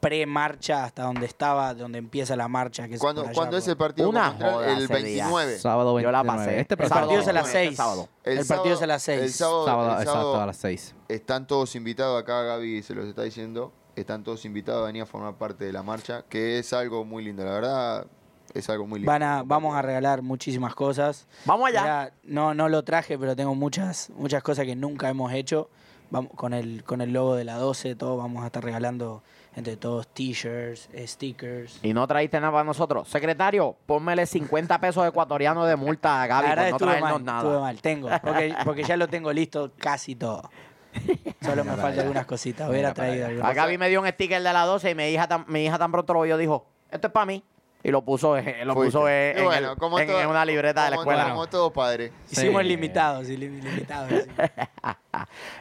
pre-marcha hasta donde estaba, donde empieza la marcha. Que es
¿Cuándo,
por allá,
¿cuándo es
por-
el partido?
Una
contra Central?
joda
el
ese día.
29.
Sábado 29.
Yo la pasé.
Este
El
El
próximo
partido es a las
Bueno, este
6.
sábado.
El, partido es a las 6.
El sábado,
Sábado,
el
exacto,
sábado
a las 6.
están todos invitados acá, Gaby se los está diciendo. Están todos invitados a venir a formar parte de la marcha, que es algo muy lindo, la verdad. Es algo muy lindo.
Van a, vamos a regalar muchísimas cosas.
Vamos allá.
Mirá, no, no lo traje, pero tengo muchas, muchas cosas que nunca hemos hecho. Vamos, con, el, con el logo de la 12, todo vamos a estar regalando entre todos t-shirts, eh, stickers.
Y no traíste nada para nosotros. Secretario, pónmele 50 pesos ecuatorianos de multa a Gaby
La
por
verdad
no
estuve
traernos
mal, estuve
nada.
mal, tengo, porque, porque ya lo tengo listo casi todo. Solo me faltan algunas cositas, hubiera traído algunas.
A Gaby me dio un sticker de la 12 y mi hija tan, mi hija tan pronto lo vio dijo, esto es para mí. Y lo puso, eh, lo
Fuiste.
puso eh,
Y
en,
bueno,
el-
como
en-
todo-
en una libreta de la
como-
escuela.
Como todos padres.
Hicimos
Sí.
limitados, sí, lim- limitados. sí.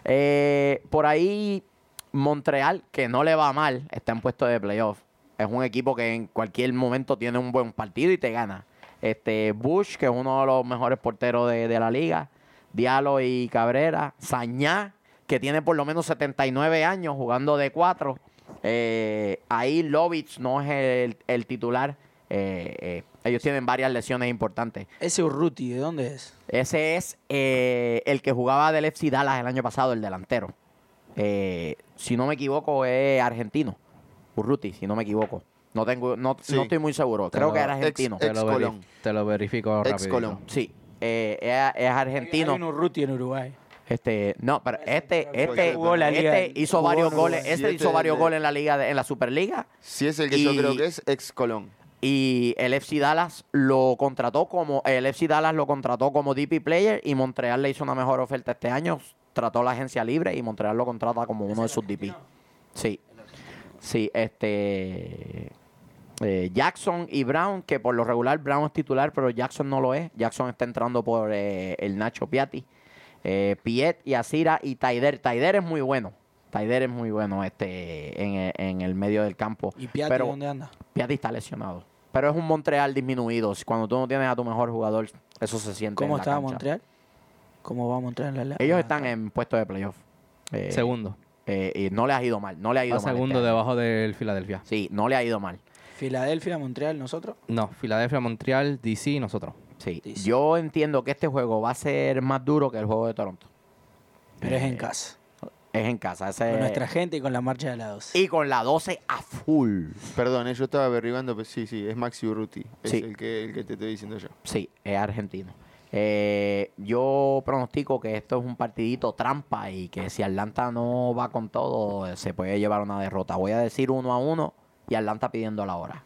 Eh, por ahí, Montreal, que no le va mal, está en puesto de playoff. Es un equipo que en cualquier momento tiene un buen partido y te gana. Este, Bush, que es uno de los mejores porteros de, de la liga. Diallo y Cabrera. Sañá, que tiene por lo menos 79 años jugando de 4. ahí Lovich no es el, el titular. Eh, eh, ellos tienen varias lesiones importantes.
Ese Urruti, ¿de dónde es?
Ese es eh, el que jugaba del FC Dallas el año pasado, el delantero. Eh, si no me equivoco, es argentino. Urruti, si no me equivoco. No tengo, no,
Sí.
no estoy muy seguro.
Te
Creo
lo-
que era
ex-
argentino.
Te, lo
Ex
veri-
Colón.
te lo verifico
Ex
rápido.
Colón.
Sí, eh, es, es
Hay un
argentino.
Urruti en Uruguay.
Este, no, pero este, este,
Jugó
la liga-
este hizo
jugó en
varios
Uruguay.
goles.
Sí,
Este
este
hizo varios
es de-
goles en la liga, de- en la Superliga.
Si es el que yo
Y-
creo que es, ex Colón.
Y el FC Dallas lo contrató como el FC Dallas lo contrató como DP player y Montreal le hizo una mejor oferta este año. Trató la agencia libre y Montreal lo contrata como uno de sus DP. Sí. Sí, este eh, Jackson y Brown, que por lo regular Brown es titular, pero Jackson no lo es. Jackson está entrando por eh, el Nacho Piatti. Eh, Piet y Asira y Taider. Taider es muy bueno. Taider es muy bueno este en, el- en el medio del campo.
¿Y Piatti
Pero-
dónde anda?
Piatti está lesionado. Pero es un Montreal disminuido. Si Cuando tú no tienes a tu mejor jugador, eso se siente. en
¿Cómo
la
está
cancha.
Montreal? ¿Cómo va Montreal? La- la-
Ellos
la-
están en puesto de playoff. Eh,
Segundo.
eh, y no le ha ido mal. No le ha ido
A
mal.
segundo
este año.
debajo del Filadelfia.
Sí, no le ha ido mal.
Filadelfia, Montreal, nosotros.
No, Filadelfia, Montreal, DC y nosotros.
Sí.
Dice.
Yo entiendo que este juego va a ser más duro que el juego de Toronto.
Pero
Este,
es en casa.
Es en casa. ese-
eh,
Con nuestra gente y con la marcha de la 12.
Y con la 12 a full.
Perdón, eh, yo estaba derribando, pero sí, sí, es Maxi Urruti. Es
Sí.
el, que, el que te estoy diciendo yo.
Sí, es argentino. Eh, yo pronostico que esto es un partidito trampa y que si Atlanta no va con todo, eh, se puede llevar una derrota. Voy a decir uno a uno y Atlanta pidiendo la hora.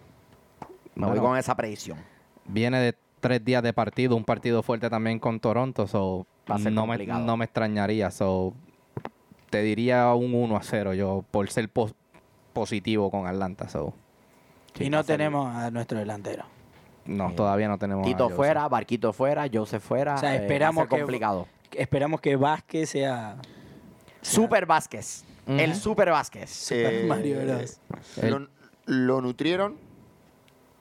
Me voy
Bueno.
con esa predicción.
Viene de tres días de partido, un partido fuerte también con Toronto, so
Va a ser
no me,
complicado.
no me extrañaría, so te diría un 1 a 0 yo por ser pos- positivo con Atlanta, so
Y, no tenemos a nuestro delantero.
no
Eh,
todavía no tenemos a
Tito
Joseph.
fuera, Barquito fuera, Jose fuera.
O sea,
eh, va a
esperamos
ser
que-
complicado.
Esperamos que Vázquez sea
Super Vázquez.
Ujú.
El Super Vázquez.
Super Mario Bros.
Eh, Lo, lo nutrieron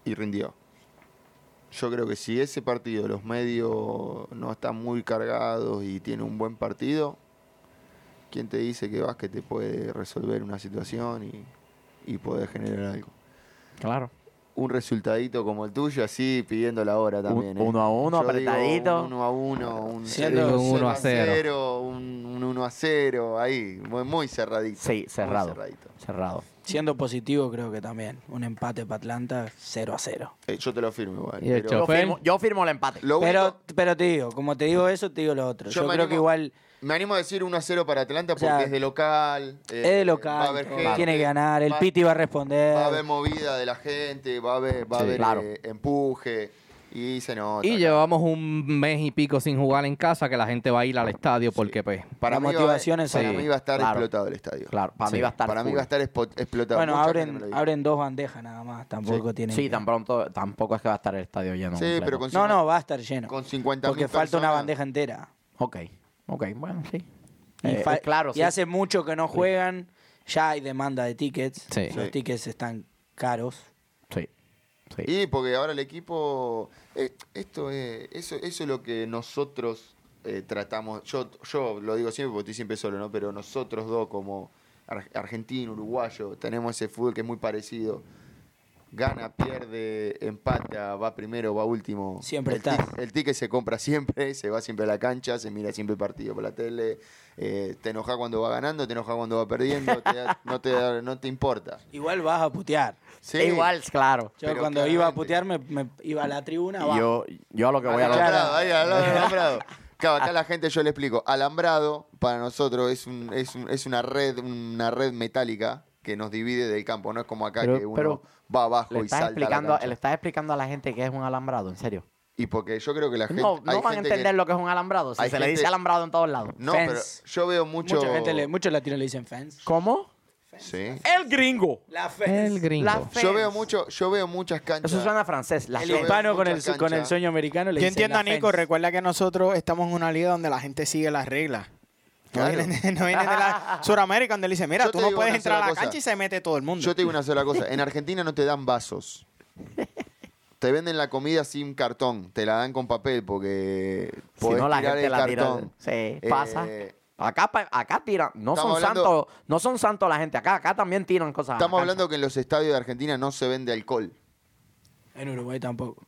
y rindió. Yo creo que si ese partido, los medios no están muy cargados y tiene un buen partido, ¿quién te dice que Vázquez te puede resolver una situación y, y poder generar algo?
Claro.
un resultadito como el tuyo, así pidiendo la hora también. ¿eh?
uno a uno,
Yo digo
apretadito.
Un 1 a 1, un
Siendo
cero-
un uno a
cero
cero.
cero, Un, 1 a 0, ahí, muy, muy cerradito.
Sí,
muy
cerrado.
cerradito.
Cerrado.
Siendo positivo, creo que también. Un empate para Atlanta, 0 a 0.
Eh, yo te lo firmo igual.
Y el
pero
Yo
chofer.
firmo, yo firmo el empate.
lo
Pero,
único-
pero te digo, como te digo eso, te digo lo otro.
Yo
Yo,
me
creo
animo-
que igual
me animo a decir 1 a 0 para Atlanta
O
porque
sea,
es de local. eh,
es de
va a
local,
haber
todo.
gente,
tiene que ganar, el
va-
Piti va a responder.
Va a haber movida de la gente, va a haber, va a
Sí,
haber,
claro.
eh, empuje. Y se nota.
Y
acá.
llevamos un mes y pico sin jugar en casa, que la gente va a ir al estadio porque, pues,
La
mí va a-
motivación es
Para
sí,
mí va a estar
claro.
explotado el estadio.
Claro, para
Sí,
mí va a estar.
Para mí
full.
va a estar expo- explotado.
bueno,
Mucha gente me
abren,
lo dijo.
abren dos bandejas nada más, tampoco tiene.
Sí, tan pronto tampoco es que va a estar el estadio lleno.
Sí,
completo.
pero con,
No, no, va a estar lleno.
con 50
Porque falta una bandeja entera.
Ok, ok, bueno, sí.
Y,
Eh,
fa-
eh, claro,
y
sí.
hace mucho que no juegan, ya hay demanda de tickets.
Sí.
Los
Sí.
tickets están caros.
Sí, sí.
Y porque ahora el equipo. eh, esto es, eso, eso es lo que nosotros eh, tratamos. Yo, yo lo digo siempre porque estoy siempre solo, ¿no? Pero nosotros dos, como ar- argentino, uruguayo, tenemos ese fútbol que es muy parecido. Gana, pierde, empata, va primero, va último.
Siempre
el tic-
estás.
El ticket se compra siempre, <laughs> se va siempre a la cancha, se mira siempre el partido por la tele. eh, te enoja cuando va ganando, te enoja cuando va perdiendo, te da- no, te da- no te importa.
Igual vas a putear.
Sí.
Igual, claro.
Yo
Pero
cuando iba a
claramente.
putear me, me iba a la tribuna.
Ah,
Y
va.
Yo, yo a lo que voy a
Claro.
lograr.
Alambrado, ahí,
<laughs>
al lado del alambrado. Claro, acá la gente yo le explico. Alambrado para nosotros es, un- es, un- es una red una red metálica que nos divide del campo. No es como acá
Pero-
que uno
pero
va abajo
Le
y salta.
estás,
a la
explicando,
cancha.
le estás explicando a la gente que es un alambrado, en serio.
Y porque yo creo que la gente.
No,
hay
no van a
gente
entender
que-
lo que es un alambrado. Si se
hay
le
gente-
dice alambrado en todos lados.
No, pero
Fence.
yo veo mucho.
Mucha gente, le, muchos latinos le dicen fans.
¿Cómo?
Sí.
El gringo.
La
el gringo.
La fence.
Yo veo mucho, yo veo muchas canchas.
Eso suena francés. La
El
Yo veo
fence.
hispano con el,
muchas
con el
canchas.
sueño americano le
Yo
dicen
entiendo a
la
Nico,
fence.
recuerda que nosotros estamos en una liga donde la gente sigue las reglas.
Claro.
No vienen, no vienen de
<laughs>
la Suramérica donde le dicen, mira,
Yo
tú
te
no
digo
puedes
una
entrar a
sola
la
cosa.
cancha y se mete todo el mundo.
Yo te digo una sola cosa. En Argentina no te
<laughs>
dan vasos. Te venden la comida sin cartón. Te la dan con papel porque.
Si no,
podés
la
tirar
gente
el
la tira.
cartón.
Sí,
Eh,
pasa. Acá, pa- acá tiran. No son
Estamos hablando-
santos no son santos la gente. Acá, acá también tiran cosas. a la
Estamos
cancha.
hablando que en los estadios de Argentina no se vende alcohol.
En Uruguay tampoco.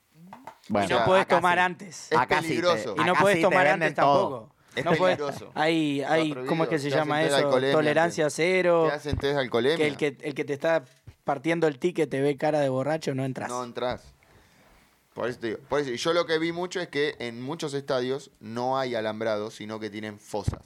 Bueno,
y no
sea,
puedes
acá
tomar
sí.
antes.
Es
acá sí te-
peligroso.
Y no
acá
puedes
sí te
tomar
venden
antes
todo.
tampoco.
Es
no puedes-
peligroso.
Hay,
Está
hay
prohibido.
¿cómo es que se
Te hacen
llama
test de
eso?
alcoholemia,
Tolerancia cero.
Te hacen test de alcoholemia.
Que el que, el que te está partiendo el ticket te ve cara de borracho, no entras.
No entras. Por eso te digo. Por eso, y yo lo que vi mucho es que en muchos estadios no hay alambrado, sino que tienen fosas.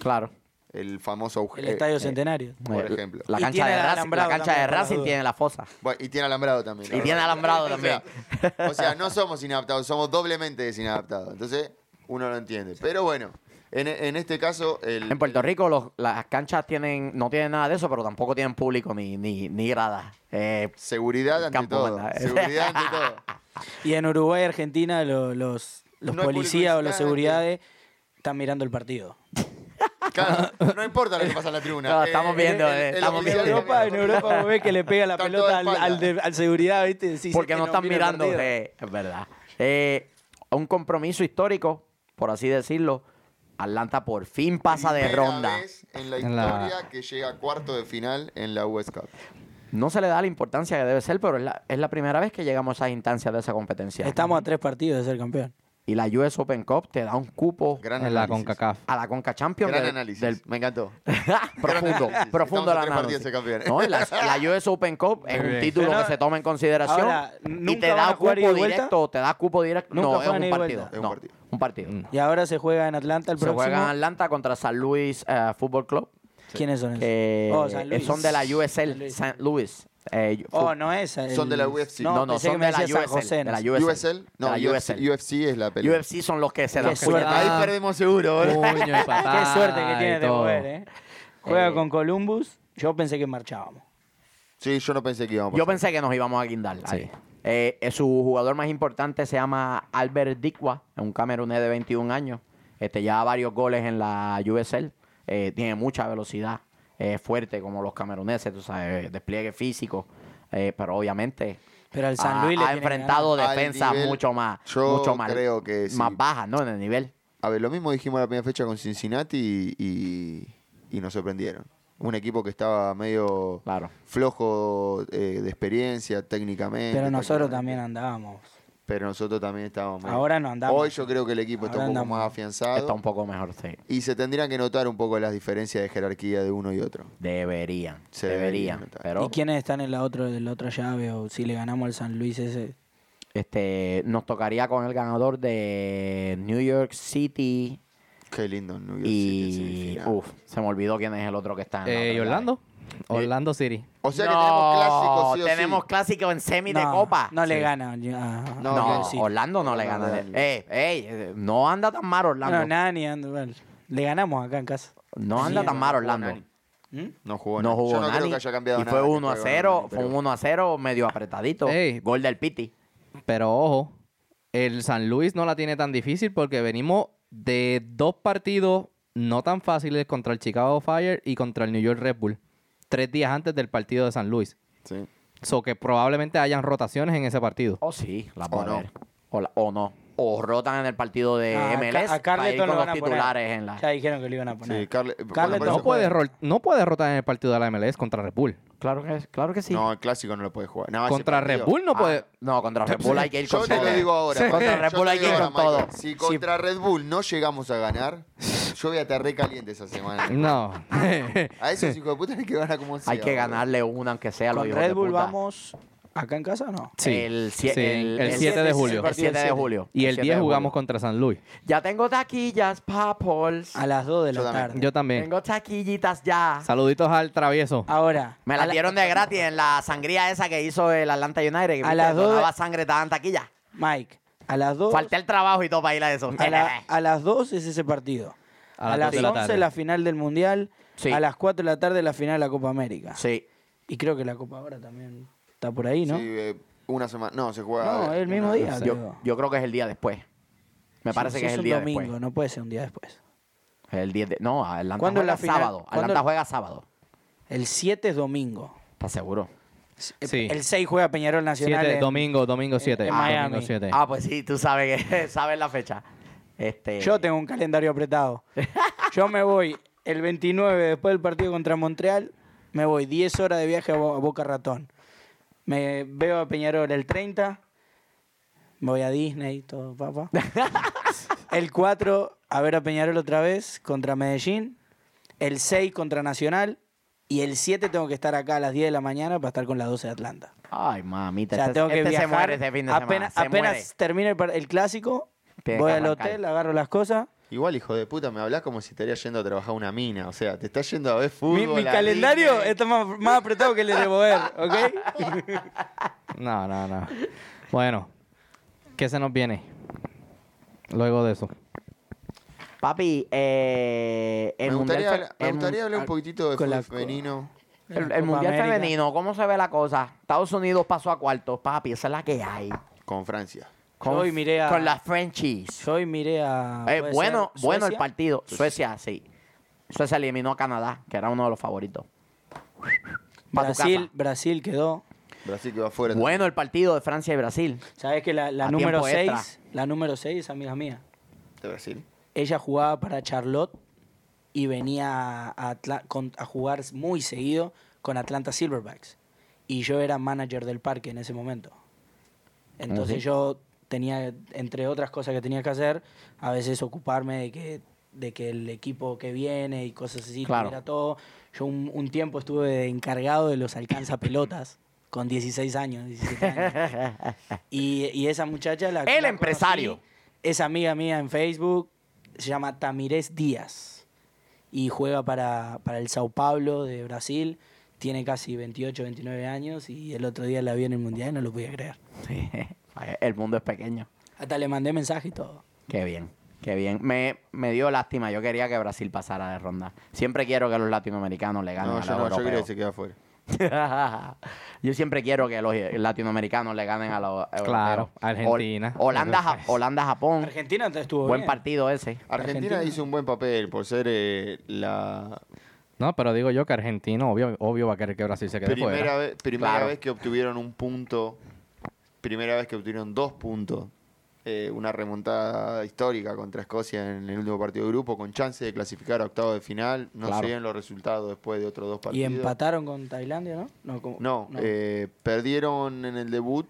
Claro.
El famoso
el
agujero.
Estadio Centenario.
por
Eh,
ejemplo.
La
Y
cancha
tiene
de
el
Racing, la
alambrado
cancha de
también, por las
Racing
dudas.
tiene la fosa.
Bueno, y tiene alambrado también. la
Y
verdad.
tiene alambrado también.
O sea, o sea, no somos inadaptados, somos doblemente desinadaptados. Entonces, uno lo entiende. Pero bueno, en, en este caso, el,
En Puerto Rico los- las canchas tienen no tienen nada de eso, pero tampoco tienen público ni, ni, ni gradas. Eh,
seguridad ante
campo
todo.
manda. eh.
Seguridad ante
<laughs>
todo.
Y en Uruguay y Argentina lo- los, los
No hay
policías o las
publicidad,
seguridades están mirando el partido.
Claro, no importa lo que pasa en la tribuna.
<laughs> No, estamos viendo, eh,
En
estamos
oficial
viendo.
de
Europa,
la-
en Europa vos ves que le pega la
Están
pelota al,
todos de
al de- al seguridad, ¿viste? Decís,
porque
este
no están
mira el
mirando.
partido.
eh, es verdad. Eh, un compromiso histórico, por así decirlo. Atlanta por fin pasa de
Primera
ronda.
vez en la
En la-
historia que llega a cuarto de final en la US Cup.
No se le da la importancia que debe ser, pero es la, es la primera vez que llegamos a esas instancias de esa competencia.
Estamos a tres partidos de ser campeón.
Y la US Open Cup te da un cupo
Gran
en la
análisis.
CONCACAF.
a la Conca Champions
Gran
del-
análisis.
del
Me encantó.
<laughs> profundo,
análisis.
profundo el
Estamos a tres partidos
análisis.
de campeones.
No, y la, la US Open Cup es
Muy
un
bien.
título
Pero
que se toma en consideración
ahora,
y
¿nunca
te
van
da
a
cupo
jugar ida y vuelta?
directo, te da cupo directo.
Nunca
No, es
juegan
un
ida y
partido.
vuelta.
Es un
No,
partido. Mm.
un partido.
Y ahora se juega en Atlanta el
Se
próximo.
juega en Atlanta contra San Luis eh, Fútbol Club,
¿Quiénes son esos?
que eh,
Oh, San Luis.
son de la
San
USL
Luis.
San Luis. eh, fu-
Oh, no es. el-
Son de la UFC.
No,
no, no,
pensé que
son
me
de la
decía San
USL.
José,
de
no
la
sé.
USL.
USL, no,
De la
UFC,
USL.
UFC es la Ah. Uh. pelea.
UFC son los que se dan
suerte.
puñetadas.
Ahí perdemos seguro, boludo.
Puño y patada
<laughs> Qué suerte que
y
tiene de
todo.
poder, ¿eh? Juega
Eh.
con Columbus. Yo pensé que marchábamos.
Sí, yo no pensé que íbamos a
Yo
pasar.
pensé que nos íbamos a guindar. ahí.
Sí.
Eh, eh, su jugador más importante se llama Albert Dikwa, es un camerunés de 21 años. Este, ya varios goles en la USL. eh, tiene mucha velocidad. Es fuerte como los cameruneses, tú sabes, eh, despliegue físico. eh, pero obviamente
Pero al San
ha,
Luis le
Ah, ha
tiene que
enfrentado
ganar. Al
defensas
nivel,
mucho más,
yo
mucho más,
creo que sí.
más bajas, ¿no? En el nivel.
A ver, lo mismo dijimos la primera fecha con Cincinnati y, y- y nos sorprendieron. Un equipo que estaba medio
Claro.
flojo eh, de experiencia técnicamente.
este
Pero nosotros
tácticamente.
también andábamos.
Pero nosotros también estábamos. medio-
Ahora no andamos.
Hoy yo creo que el equipo está
Ahora
un poco
andamos.
más afianzado.
Está un poco mejor, sí.
Y se tendrían que notar un poco las diferencias de jerarquía de uno y otro.
Deberían.
Se
deberían.
deberían,
pero
¿Y quiénes están en la otra, en la otra llave? O si le ganamos al San Luis ese.
este, nos tocaría con el ganador de New York City.
Qué lindo New York City en
Y.
semifinal.
Uf, se me olvidó quién es el otro que está en. la
Eh,
otra
y Orlando. Orlando City.
O sea que
No,
tenemos clásicos sí o sí.
tenemos clásico en semi de
No,
copa.
No le
Sí.
gana. a- a-
No,
No,
al City.
Orlando no le
Orlando
gana.
gana.
Ey, ey, eh, no anda tan mal Orlando.
No, nada ni ando mal. Le ganamos acá en casa.
No anda
Sí,
tan
no
mal
jugó
Orlando.
Nani. No jugó
No
nada.
jugó
Yo no creo
Nani,
que haya cambiado
y
nada
fue
que
1 a
juegue con
0,
Nani,
fue
pero-
un 1 a 0 medio apretadito.
Ey.
Gol del Piti.
Pero ojo, el San Luis no la tiene tan difícil porque venimos de dos partidos no tan fáciles contra el Chicago Fire y contra el New York Red Bull. Tres días antes del partido de San Luis.
Sí.
So que probablemente hayan rotaciones en ese partido.
Oh, sí, la
O
va
no.
a ver. O, la- o no. O rotan en el partido de
Ah, a Ca-
MLS
a
para ir
Carleton
con
lo
los
van a
titulares
poner.
en la...
Ya dijeron que lo iban a poner.
Sí, Carle-
Carleton-
bueno,
No
por eso-
puede, rol- no puede rotar en el partido de la MLS contra Red Bull.
Claro que, claro que sí.
No, el clásico no lo puede jugar. No, ese
Contra
partido-
Red Bull no
Ah,
puede.
no, contra Red Bull hay que ir con
Yo te
todo.
lo digo ahora.
Sí.
Michael.
Contra Red
Yo
Bull
te
hay que
digo
ir
ahora,
con todo.
Michael, Si contra Red Bull no llegamos a ganar, yo voy a estar recaliente esa
<laughs>
semana.
No.
A esos hijos de puta hay que ganar como sea.
Hay que
boludo.
ganarle una, aunque sea lo
¿Con Red Bull vamos acá en casa o no?
Sí,
El, sie- el,
sí, el
el
7 de julio.
El 7 de julio.
y el
7
10
de
jugamos
julio.
contra San Luis.
Ya tengo taquillas, Papols.
A las 2 de la
Yo también.
tarde.
Yo también.
Tengo taquillitas ya.
Saluditos al travieso.
Ah,
Ahora.
Me
a
la
la-
dieron de gratis en la sangría esa que hizo el Atlanta United. Que
A
viste,
las dos de-
donaba sangre, daban taquilla.
Mike, a las 2.
Falté el trabajo y todo para ir a eso.
A, la- a las 2 es ese partido.
A
A,
las dos
las
de
11
la
la,
tarde.
final del Mundial.
Sí.
A las 4 de la tarde la final de la Copa
<laughs>
América.
Sí.
Y creo que la Copa ahora también está por ahí, ¿no?
Sí, eh, una semana. No, se juega.
No,
eh,
el mismo
una-
día.
Yo,
creo.
yo creo que es el día después. Me
Sí,
parece
sí,
que es
es
el
un
día
domingo,
después.
no puede ser un día después.
El 10 de- No, Atlanta
¿Cuándo
juega
la final-
sábado.
cuándo-
Atlanta juega sábado.
El 7 es domingo. Eh,
¿Estás seguro?
Sí.
El 6 juega Peñarol Nacional.
Siete,
en-
domingo, domingo 7.
en Miami.
Domingo 7.
Ah, pues sí, tú sabes que <laughs> sabes la fecha. Este,
Yo tengo un calendario apretado.
<laughs>
Yo me voy el 29 después del partido contra Montreal. Me voy 10 horas de viaje a, Bo- a Boca Ratón. Me veo a Peñarol el 30. Me voy a Disney, todo,
<laughs>
papá. El 4 a ver a Peñarol otra vez contra Medellín. El 6 contra Nacional. Y el 7 tengo que estar acá a las 10 de la mañana para estar con las 12 de Atlanta.
Ay, mamita.
O sea,
este
tengo que
este
viajar.
se muere este fin de
apenas
semana. Se
apenas
muere.
termine el, par- el clásico,
Tiene que
voy al
arrancar.
hotel, agarro las cosas.
Igual, hijo de puta, me hablas como si estaría yendo a trabajar a una mina. O sea, te estás yendo a ver fútbol.
Mi, mi
a
calendario
Disney.
está más, más apretado que el
<laughs>
de Boer, ¿ok?
No, no, no. Bueno, ¿qué se nos viene? Luego de eso.
Papi, eh, el
Me
mundial
gustaría,
fe-
me
el mun-
gustaría hablar un poquitito de
con la-
fútbol femenino.
El, el
Copa
mundial
América.
femenino, ¿cómo se ve la cosa? Estados Unidos pasó a cuartos, papi, esa es la que hay.
Con Francia.
Con,
Hoy miré a-
con las Frenchies.
Yo hoy miré a.
Eh,
puede
bueno,
ser
bueno el
Suecia. Pues
partido. Suecia, sí. Suecia eliminó a Canadá, que era uno de los favoritos. Pa' tu
Brasil,
casa.
Brasil quedó.
Brasil que va afuera.
Bueno el partido de Francia y Brasil.
Sabes que la, la
A
número
tiempo extra.
6, la número 6, amiga mía,
De Brasil.
ella jugaba para Charlotte y venía a, Atla- con- a jugar muy seguido con Atlanta Silverbacks. Y yo era manager del parque en ese momento. Entonces
sí.
yo tenía, entre otras cosas que tenía que hacer, a veces ocuparme de que, de que el equipo que viene y cosas así,
Claro.
tuviera todo. Yo un, un tiempo estuve de encargado de los alcanzapelotas con 16 años, 17 años. Y, y esa muchacha la...
El
la
empresario.
conocí, es amiga mía en Facebook, se llama Tamirés Díaz y juega para, para el Sao Paulo de Brasil. Tiene casi 28, 29 años y el otro día la vi en el Mundial y no lo podía creer.
Sí. <laughs> El mundo es pequeño.
Hasta le mandé mensaje y todo.
Qué bien, qué bien. Me, me dio lástima, yo quería que Brasil pasara de ronda. Siempre quiero que los latinoamericanos le ganen
No,
a los
yo no, yo
europeos.
creo que se queda afuera.
<laughs> Yo siempre quiero que los latinoamericanos le ganen a los europeos.
Claro, Argentina.
Hol- Holanda, Ja- Holanda, Japón.
Argentina te estuvo
Buen
bien.
partido ese.
Argentina,
Argentina.
hizo un buen papel por ser eh, la
No, pero digo yo que argentino, obvio, obvio va a querer que Brasil se quede
primera,
fuera.
vez, primera
Claro.
vez que obtuvieron un punto, primera vez que obtuvieron dos puntos eh, una remontada histórica contra Escocia en el último partido de grupo, con chance de clasificar a octavo de final. No
Claro.
se dieron los resultados después de otros dos
Y
partidos.
empataron con Tailandia, ¿no? No, como-
No, eh, perdieron en el debut,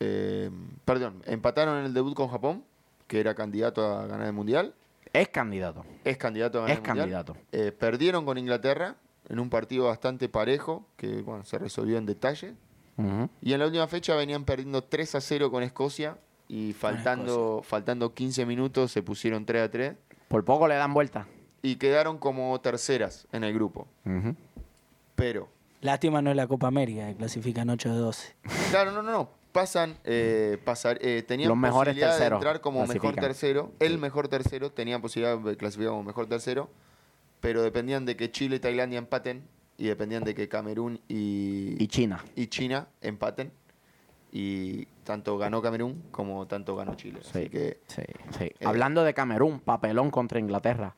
eh, perdón, empataron en el debut con Japón, que era candidato a ganar el Mundial.
Es candidato.
Es candidato a ganar
Es
el Mundial.
candidato.
Eh, perdieron con Inglaterra en un partido bastante parejo, que bueno, se resolvió en detalle.
Ujú.
Y en la última fecha venían perdiendo 3 a 0 con Escocia y faltando, faltando 15 minutos se pusieron 3 a 3
Por poco le dan vuelta.
y quedaron como terceras en el grupo.
Ujú.
Pero,
Lástima no es la Copa América, que clasifican 8 de 12.
claro, no, no, no. Pasan, eh, pasar, eh, tenían
Los mejores
posibilidad de
terceros
entrar como mejor
clasifican.
tercero. El mejor tercero, tenían posibilidad de clasificar como mejor tercero. Pero dependían de que Chile y Tailandia empaten y dependían de que Camerún y,
Y China.
y China empaten. Y tanto ganó Camerún como tanto ganó Chile. Así
Sí.
que
Sí, Hablando de Camerún, papelón contra Inglaterra.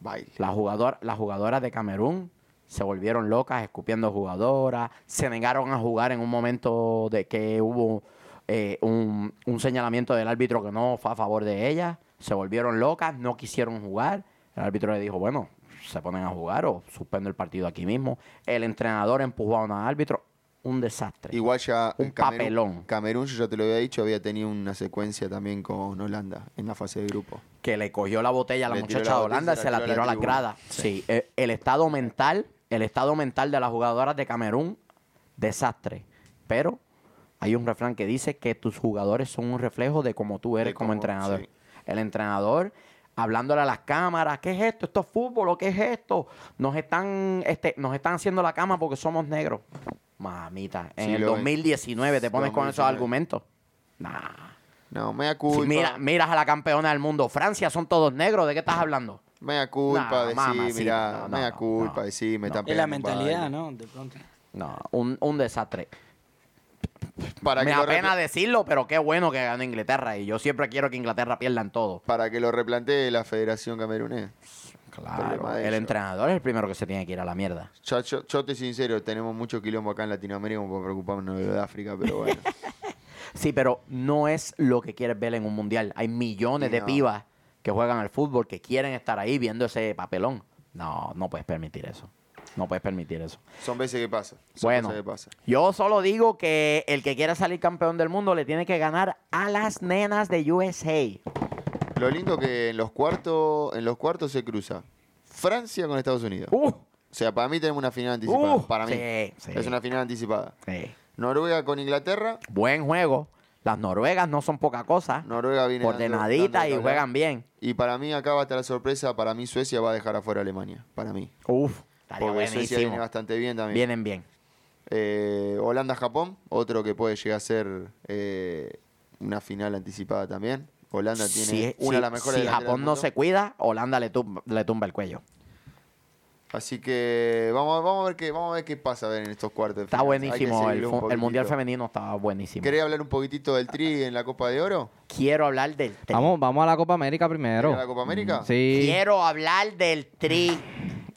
baile.
Las jugador- las jugadoras de Camerún se volvieron locas, escupiendo jugadoras, se negaron a jugar en un momento de que hubo eh, un, un señalamiento del árbitro que no fue a favor de ellas, se volvieron locas, no quisieron jugar. El árbitro le dijo, bueno, se ponen a jugar o suspendo el partido aquí mismo. El entrenador empujó a un árbitro, un desastre.
Igual ya
Un
Camerún,
papelón.
Camerún, yo ya te lo había dicho, había tenido una secuencia también con Holanda en la fase de grupo.
que le cogió la botella a la
Le tiró
muchacha
la
de
botella y
Holanda y se la tiró a la
tribuna.
grada. Sí, eh, el estado mental, el estado mental de las jugadoras de Camerún, desastre. Pero hay un refrán que dice que tus jugadores son un reflejo de cómo tú eres
De
como
cómo-
entrenador.
sí.
El entrenador hablándole a las cámaras, ¿qué es esto? ¿Esto es fútbol? ¿O ¿Qué es esto? Nos están, este, nos están haciendo la cama porque somos negros. Mamita, en
Sí,
el
lo-
2019 te pones con esos
2019.
argumentos. Nah.
No, mea
Si
culpa.
mira, miras a la campeona del mundo, Francia, son todos negros, ¿de qué estás hablando?
Mea culpa,
Nah,
decí,
mamacita,
mirá,
no, no,
mea
no,
culpa,
no,
decí, me
no.
están
Es
pegando
la
un
mentalidad,
baile.
¿no? De pronto.
No, un, un desastre.
Para
Me
que,
da
lo repla-
pena decirlo, pero qué bueno que ganó Inglaterra. Y yo siempre quiero que Inglaterra pierda en todo.
para que lo replantee la Federación Camerunés. Problema
Claro.
de
El
ellos.
entrenador es el primero que se tiene que ir a la mierda.
Yo, yo, yo te sincero, tenemos mucho quilombo acá en Latinoamérica como para preocuparnos de lo de África, pero
<laughs>
bueno.
Sí, pero no es lo que quieres ver en un mundial. Hay millones de
No.
pibas que juegan al fútbol que quieren estar ahí viendo ese papelón. No, no puedes permitir eso. No puedes permitir eso.
Son veces que pasa. Son
Bueno,
veces que pasa.
yo solo digo que el que quiera salir campeón del mundo le tiene que ganar a las nenas de USA.
Lo lindo que en los cuartos, en los cuartos se cruza Francia con Estados Unidos.
<laughs> Uh,
O sea, para mí tenemos una final anticipada.
Uh,
para mí.
sí, sí.
Es una final anticipada.
sí.
Noruega con Inglaterra.
Buen juego. Las noruegas no son poca cosa.
Noruega viene dando- dando
Ordenaditas
de
y
hablar.
juegan bien.
Y para mí acá va a estar la sorpresa. Para mí Suecia va a dejar afuera a Alemania. Para mí.
Uf, estaría
Porque Suecia viene
buenísimo.
bastante bien también.
Vienen bien.
Eh, Holanda-Japón. Otro que puede llegar a ser eh, una final anticipada también. Holanda tiene
Si,
una
si-
de las
si
mejores delanteras del
Japón no
mundo.
se cuida, Holanda le tumba, le tumba el cuello.
Así que vamos, a- vamos a ver qué vamos a ver qué pasa a ver en estos cuartos. de
Está
final. Hay que
buenísimo. El,
seguirlo un
fu- el Mundial
poquitito.
Femenino estaba buenísimo.
¿Querés hablar un poquitito del tri en la Copa de Oro?
Quiero hablar del tri.
Vamos, vamos a la Copa América primero.
¿En la Copa América?
Sí.
Quiero hablar del tri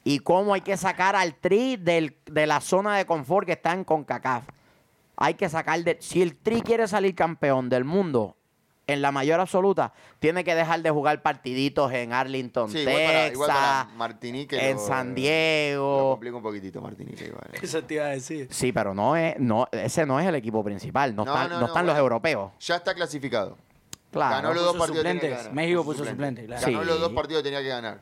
y cómo hay que sacar al tri del- de la zona de confort que están con CACAF. Hay que sacar de... Si el tri quiere salir campeón del mundo en la mayor absoluta, tiene que dejar de jugar partiditos en Arlington,
Sí, igual para,
Texas,
igual para Martinique.
en
lo-
San
Lo
Diego.
complica un poquitito Martinique. igual. eh.
Eso te iba a decir.
Sí, pero no es, no, ese no es el equipo principal. No,
No,
están,
no,
no
no,
están los
bueno.
europeos.
Ya está clasificado.
Claro.
Ganó los
Puso
dos partidos. que tenía que
suplentes.
ganar.
México puso suplente, claro.
Ganó
Sí.
los dos partidos que tenía que ganar.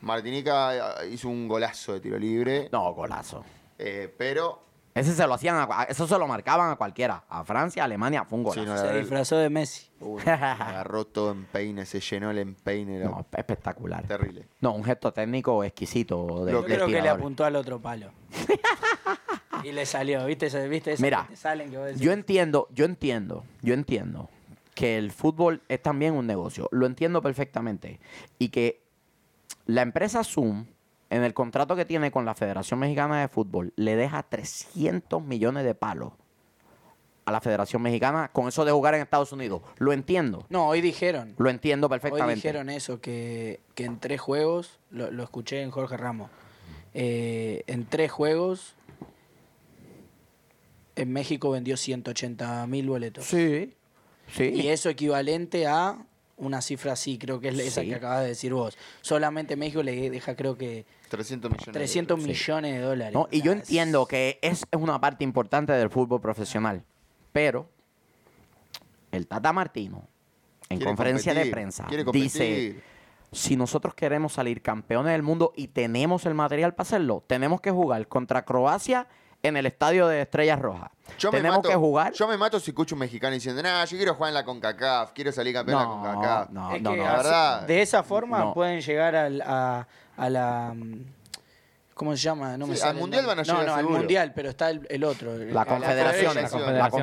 Martinica eh, hizo un golazo de tiro libre,
No, golazo.
eh, pero
Ese se lo hacían, a- eso se lo marcaban a cualquiera. A Francia, a Alemania, fue un golazo.
Sí, no, la
Se
verdad,
disfrazó de Messi.
<laughs>
uy, agarró todo en peine, se llenó el empeine, era
No, espectacular.
terrible.
No, un gesto técnico exquisito de,
Lo
Yo
del
creo que le
tirador.
apuntó al otro
<laughs>
palo. y le salió, ¿viste? Ese- ¿Viste? ese
Mira,
que te salen que vos decís,
Yo entiendo, yo entiendo, yo entiendo que el fútbol es también un negocio. Lo entiendo perfectamente. Y que la empresa Zoom, en el contrato que tiene con la Federación Mexicana de Fútbol, le deja 300 millones de palos a la Federación Mexicana con eso de jugar en Estados Unidos. Lo entiendo.
No, hoy dijeron.
Lo entiendo perfectamente.
Hoy dijeron eso, que, que en tres juegos, lo, lo escuché en Jorge Ramos, eh, en tres juegos en México vendió 180 mil boletos.
Sí. Sí.
Y eso equivalente a una cifra así, creo que es esa
Sí.
que acabas de decir vos. Solamente México le deja, creo que,
300 millones. de
300
dólares.
millones de dólares.
¿no? Y yo
O sea, es-
entiendo que es es una parte importante del fútbol profesional, pero el Tata Martino, en
Quiere
conferencia de
competir,
prensa,
quiere
dice,
competir.
si nosotros queremos salir campeones del mundo y tenemos el material para hacerlo, tenemos que jugar contra Croacia en el estadio de Estrellas Rojas.
Yo me
tenemos
mato-
que jugar...
Yo me mato si escucho un mexicano diciendo, nah, yo quiero jugar en la CONCACAF, quiero salir campeón
No,
en la CONCACAF.
no.
Es que
la
así-
verdad.
De esa forma
No.
pueden llegar al- a, a la. mm, ¿Cómo se llama? No me
Sí,
sale
al
el
Mundial
nombre.
van a llegar
No, no, al
seguro.
mundial, pero está el, el otro. el-
La
el-
confederación, la confederación. La
Confederaciones.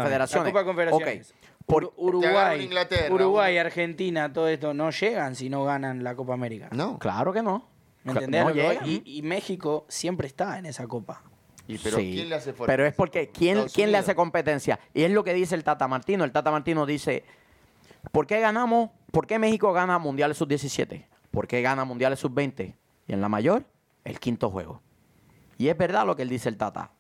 confederaciones.
La Copa Confederaciones.
Ok,
Ur-
por-
Uruguay,
Inglaterra,
Uruguay,
uno.
Argentina, todo esto no llegan si no ganan la Copa América.
No.
Claro que no.
¿Me
Cla-
entendés?
no
lo que voy?
llegan.
y, y México siempre está en esa copa.
Y, pero
Sí,
¿quién le hace fuerza?
Pero es porque ¿quién,
Estados
¿quién le
Unidos.
hace competencia? Y es lo que dice el Tata Martino. El Tata Martino dice, ¿por qué ganamos? ¿Por qué México gana Mundiales Sub-17? ¿Por qué gana Mundiales Sub-20? Y en la mayor, el quinto juego. Y es verdad lo que él dice el Tata.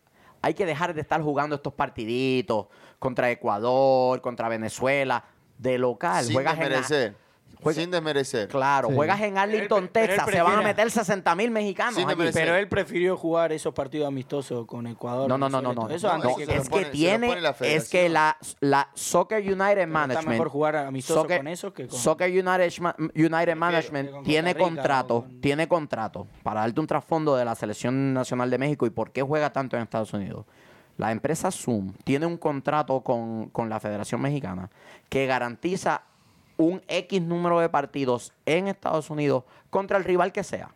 Hay que dejar de estar jugando estos partiditos contra Ecuador, contra Venezuela, de local.
Sin
juegas en la-
desmerecer.
juegas-
Sin desmerecer.
Claro,
Sí.
juegas en Arlington,
Pero él
Texas, se van a
prefiere-
meter 60 mil mexicanos.
Sí, me
allí.
parece-
Pero él prefirió jugar esos partidos amistosos con Ecuador.
No, no, no,
Venezuela
no,
y todo
no.
Eso
no,
antes
no,
que
se lo
es
pone-
que
se lo
tiene,
pone la
es que
federación.
la, la Soccer United Management.
mejor jugar amistoso con eso que con-
Soccer United, Ma- United Management
que con
tiene
Costa Rica
contrato,
o con-
tiene contrato para darte un trasfondo de la selección nacional de México y por qué juega tanto en Estados Unidos. La empresa Zoom tiene un contrato con, con la Federación Mexicana que garantiza un X número de partidos en Estados Unidos contra el rival que sea.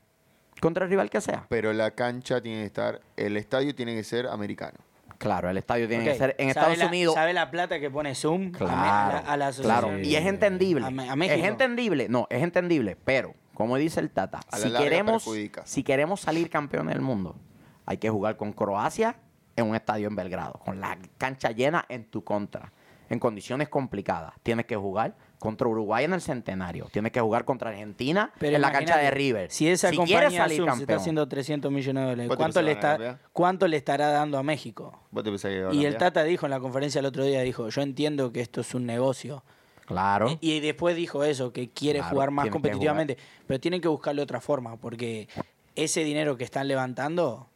Contra el rival que sea.
Pero la cancha tiene que estar, el estadio tiene que ser americano.
Claro, el estadio tiene
Ok,
que ser en
¿sabe
Estados
la-
Unidos.
¿Sabe la plata que pone Zoom a me-
Claro,
a, la, a la asociación?
claro. Y es entendible.
A Me- a México.
Es entendible. No, es entendible. Pero, como dice el Tata,
A la
si
larga
queremos,
perjudica.
si queremos salir campeones del mundo, hay que jugar con Croacia en un estadio en Belgrado, con la cancha llena en tu contra, en condiciones complicadas. Tienes que jugar contra Uruguay en el Centenario. Tienes que jugar contra Argentina en la
imagínate,
cancha de River.
Si esa compañía
quieres salir
Zoom se está
campeón.
haciendo 300 millones de dólares,
¿Vos te
¿cuánto
pensás
le,
que van a
está,
cambiar?
¿cuánto le estará dando a México?
¿Vos te pensás que van a
Y el
cambiar?
Tata dijo en la conferencia el otro día, dijo, yo entiendo que esto es un negocio.
Claro.
Y y después dijo eso, que quiere
Claro,
jugar más
tiene que
competitivamente. Pero tienen que buscarle otra forma, porque ese dinero que están levantando,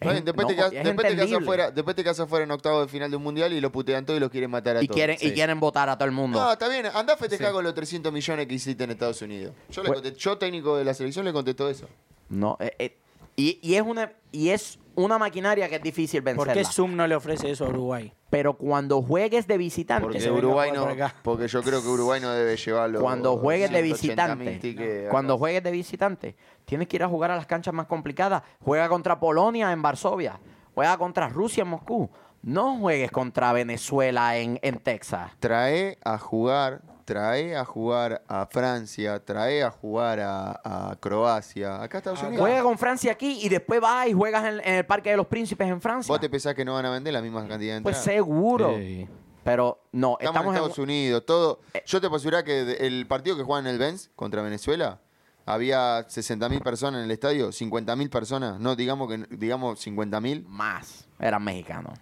Está bien,
Es-
después,
no,
te
es
quedas, después te quedas
entendible.
afuera, después te quedas afuera en octavo de final de un mundial y lo putean todo y los quieren matar a
Y
todos.
quieren, y
Sí.
quieren votar a todo el mundo.
No, está bien. Andá a festejar con los 300 millones que hiciste en Estados Unidos. Yo, le
Pues-
conté- yo, técnico de la selección, le contestó eso.
No, eh, eh, y, y es una, y es una maquinaria que es difícil
¿por
vencerla.
qué Zoom no le ofrece eso a Uruguay?
Pero cuando juegues de visitante,
Que
Porque
se venga
Uruguay
a
no.
jugar por acá.
Porque yo creo que Uruguay no debe llevarlo.
cuando juegues de
180.000
visitante,
tickets
cuando
acá.
juegues de visitante, tienes que ir a jugar a las canchas más complicadas. Juega contra Polonia en Varsovia, juega contra Rusia en Moscú. No juegues contra Venezuela en, en Texas.
Trae a jugar, trae a jugar a Francia, trae a jugar a, a Croacia. Acá Estados Unidos.
Juega con Francia aquí y después vas y juegas en, en el Parque de los Príncipes en Francia.
¿Vos te pensás que no van a vender la misma cantidad de
Pues
entradas?
seguro.
Sí.
Pero no,
Estamos,
estamos,
en Estados
en,
Unidos, todo. Yo te puedo asegurar que de- el partido que juegan en el Benz contra Venezuela había 60.000 personas en el estadio, 50.000 personas, no digamos que digamos 50.000,
más. Eran mexicanos.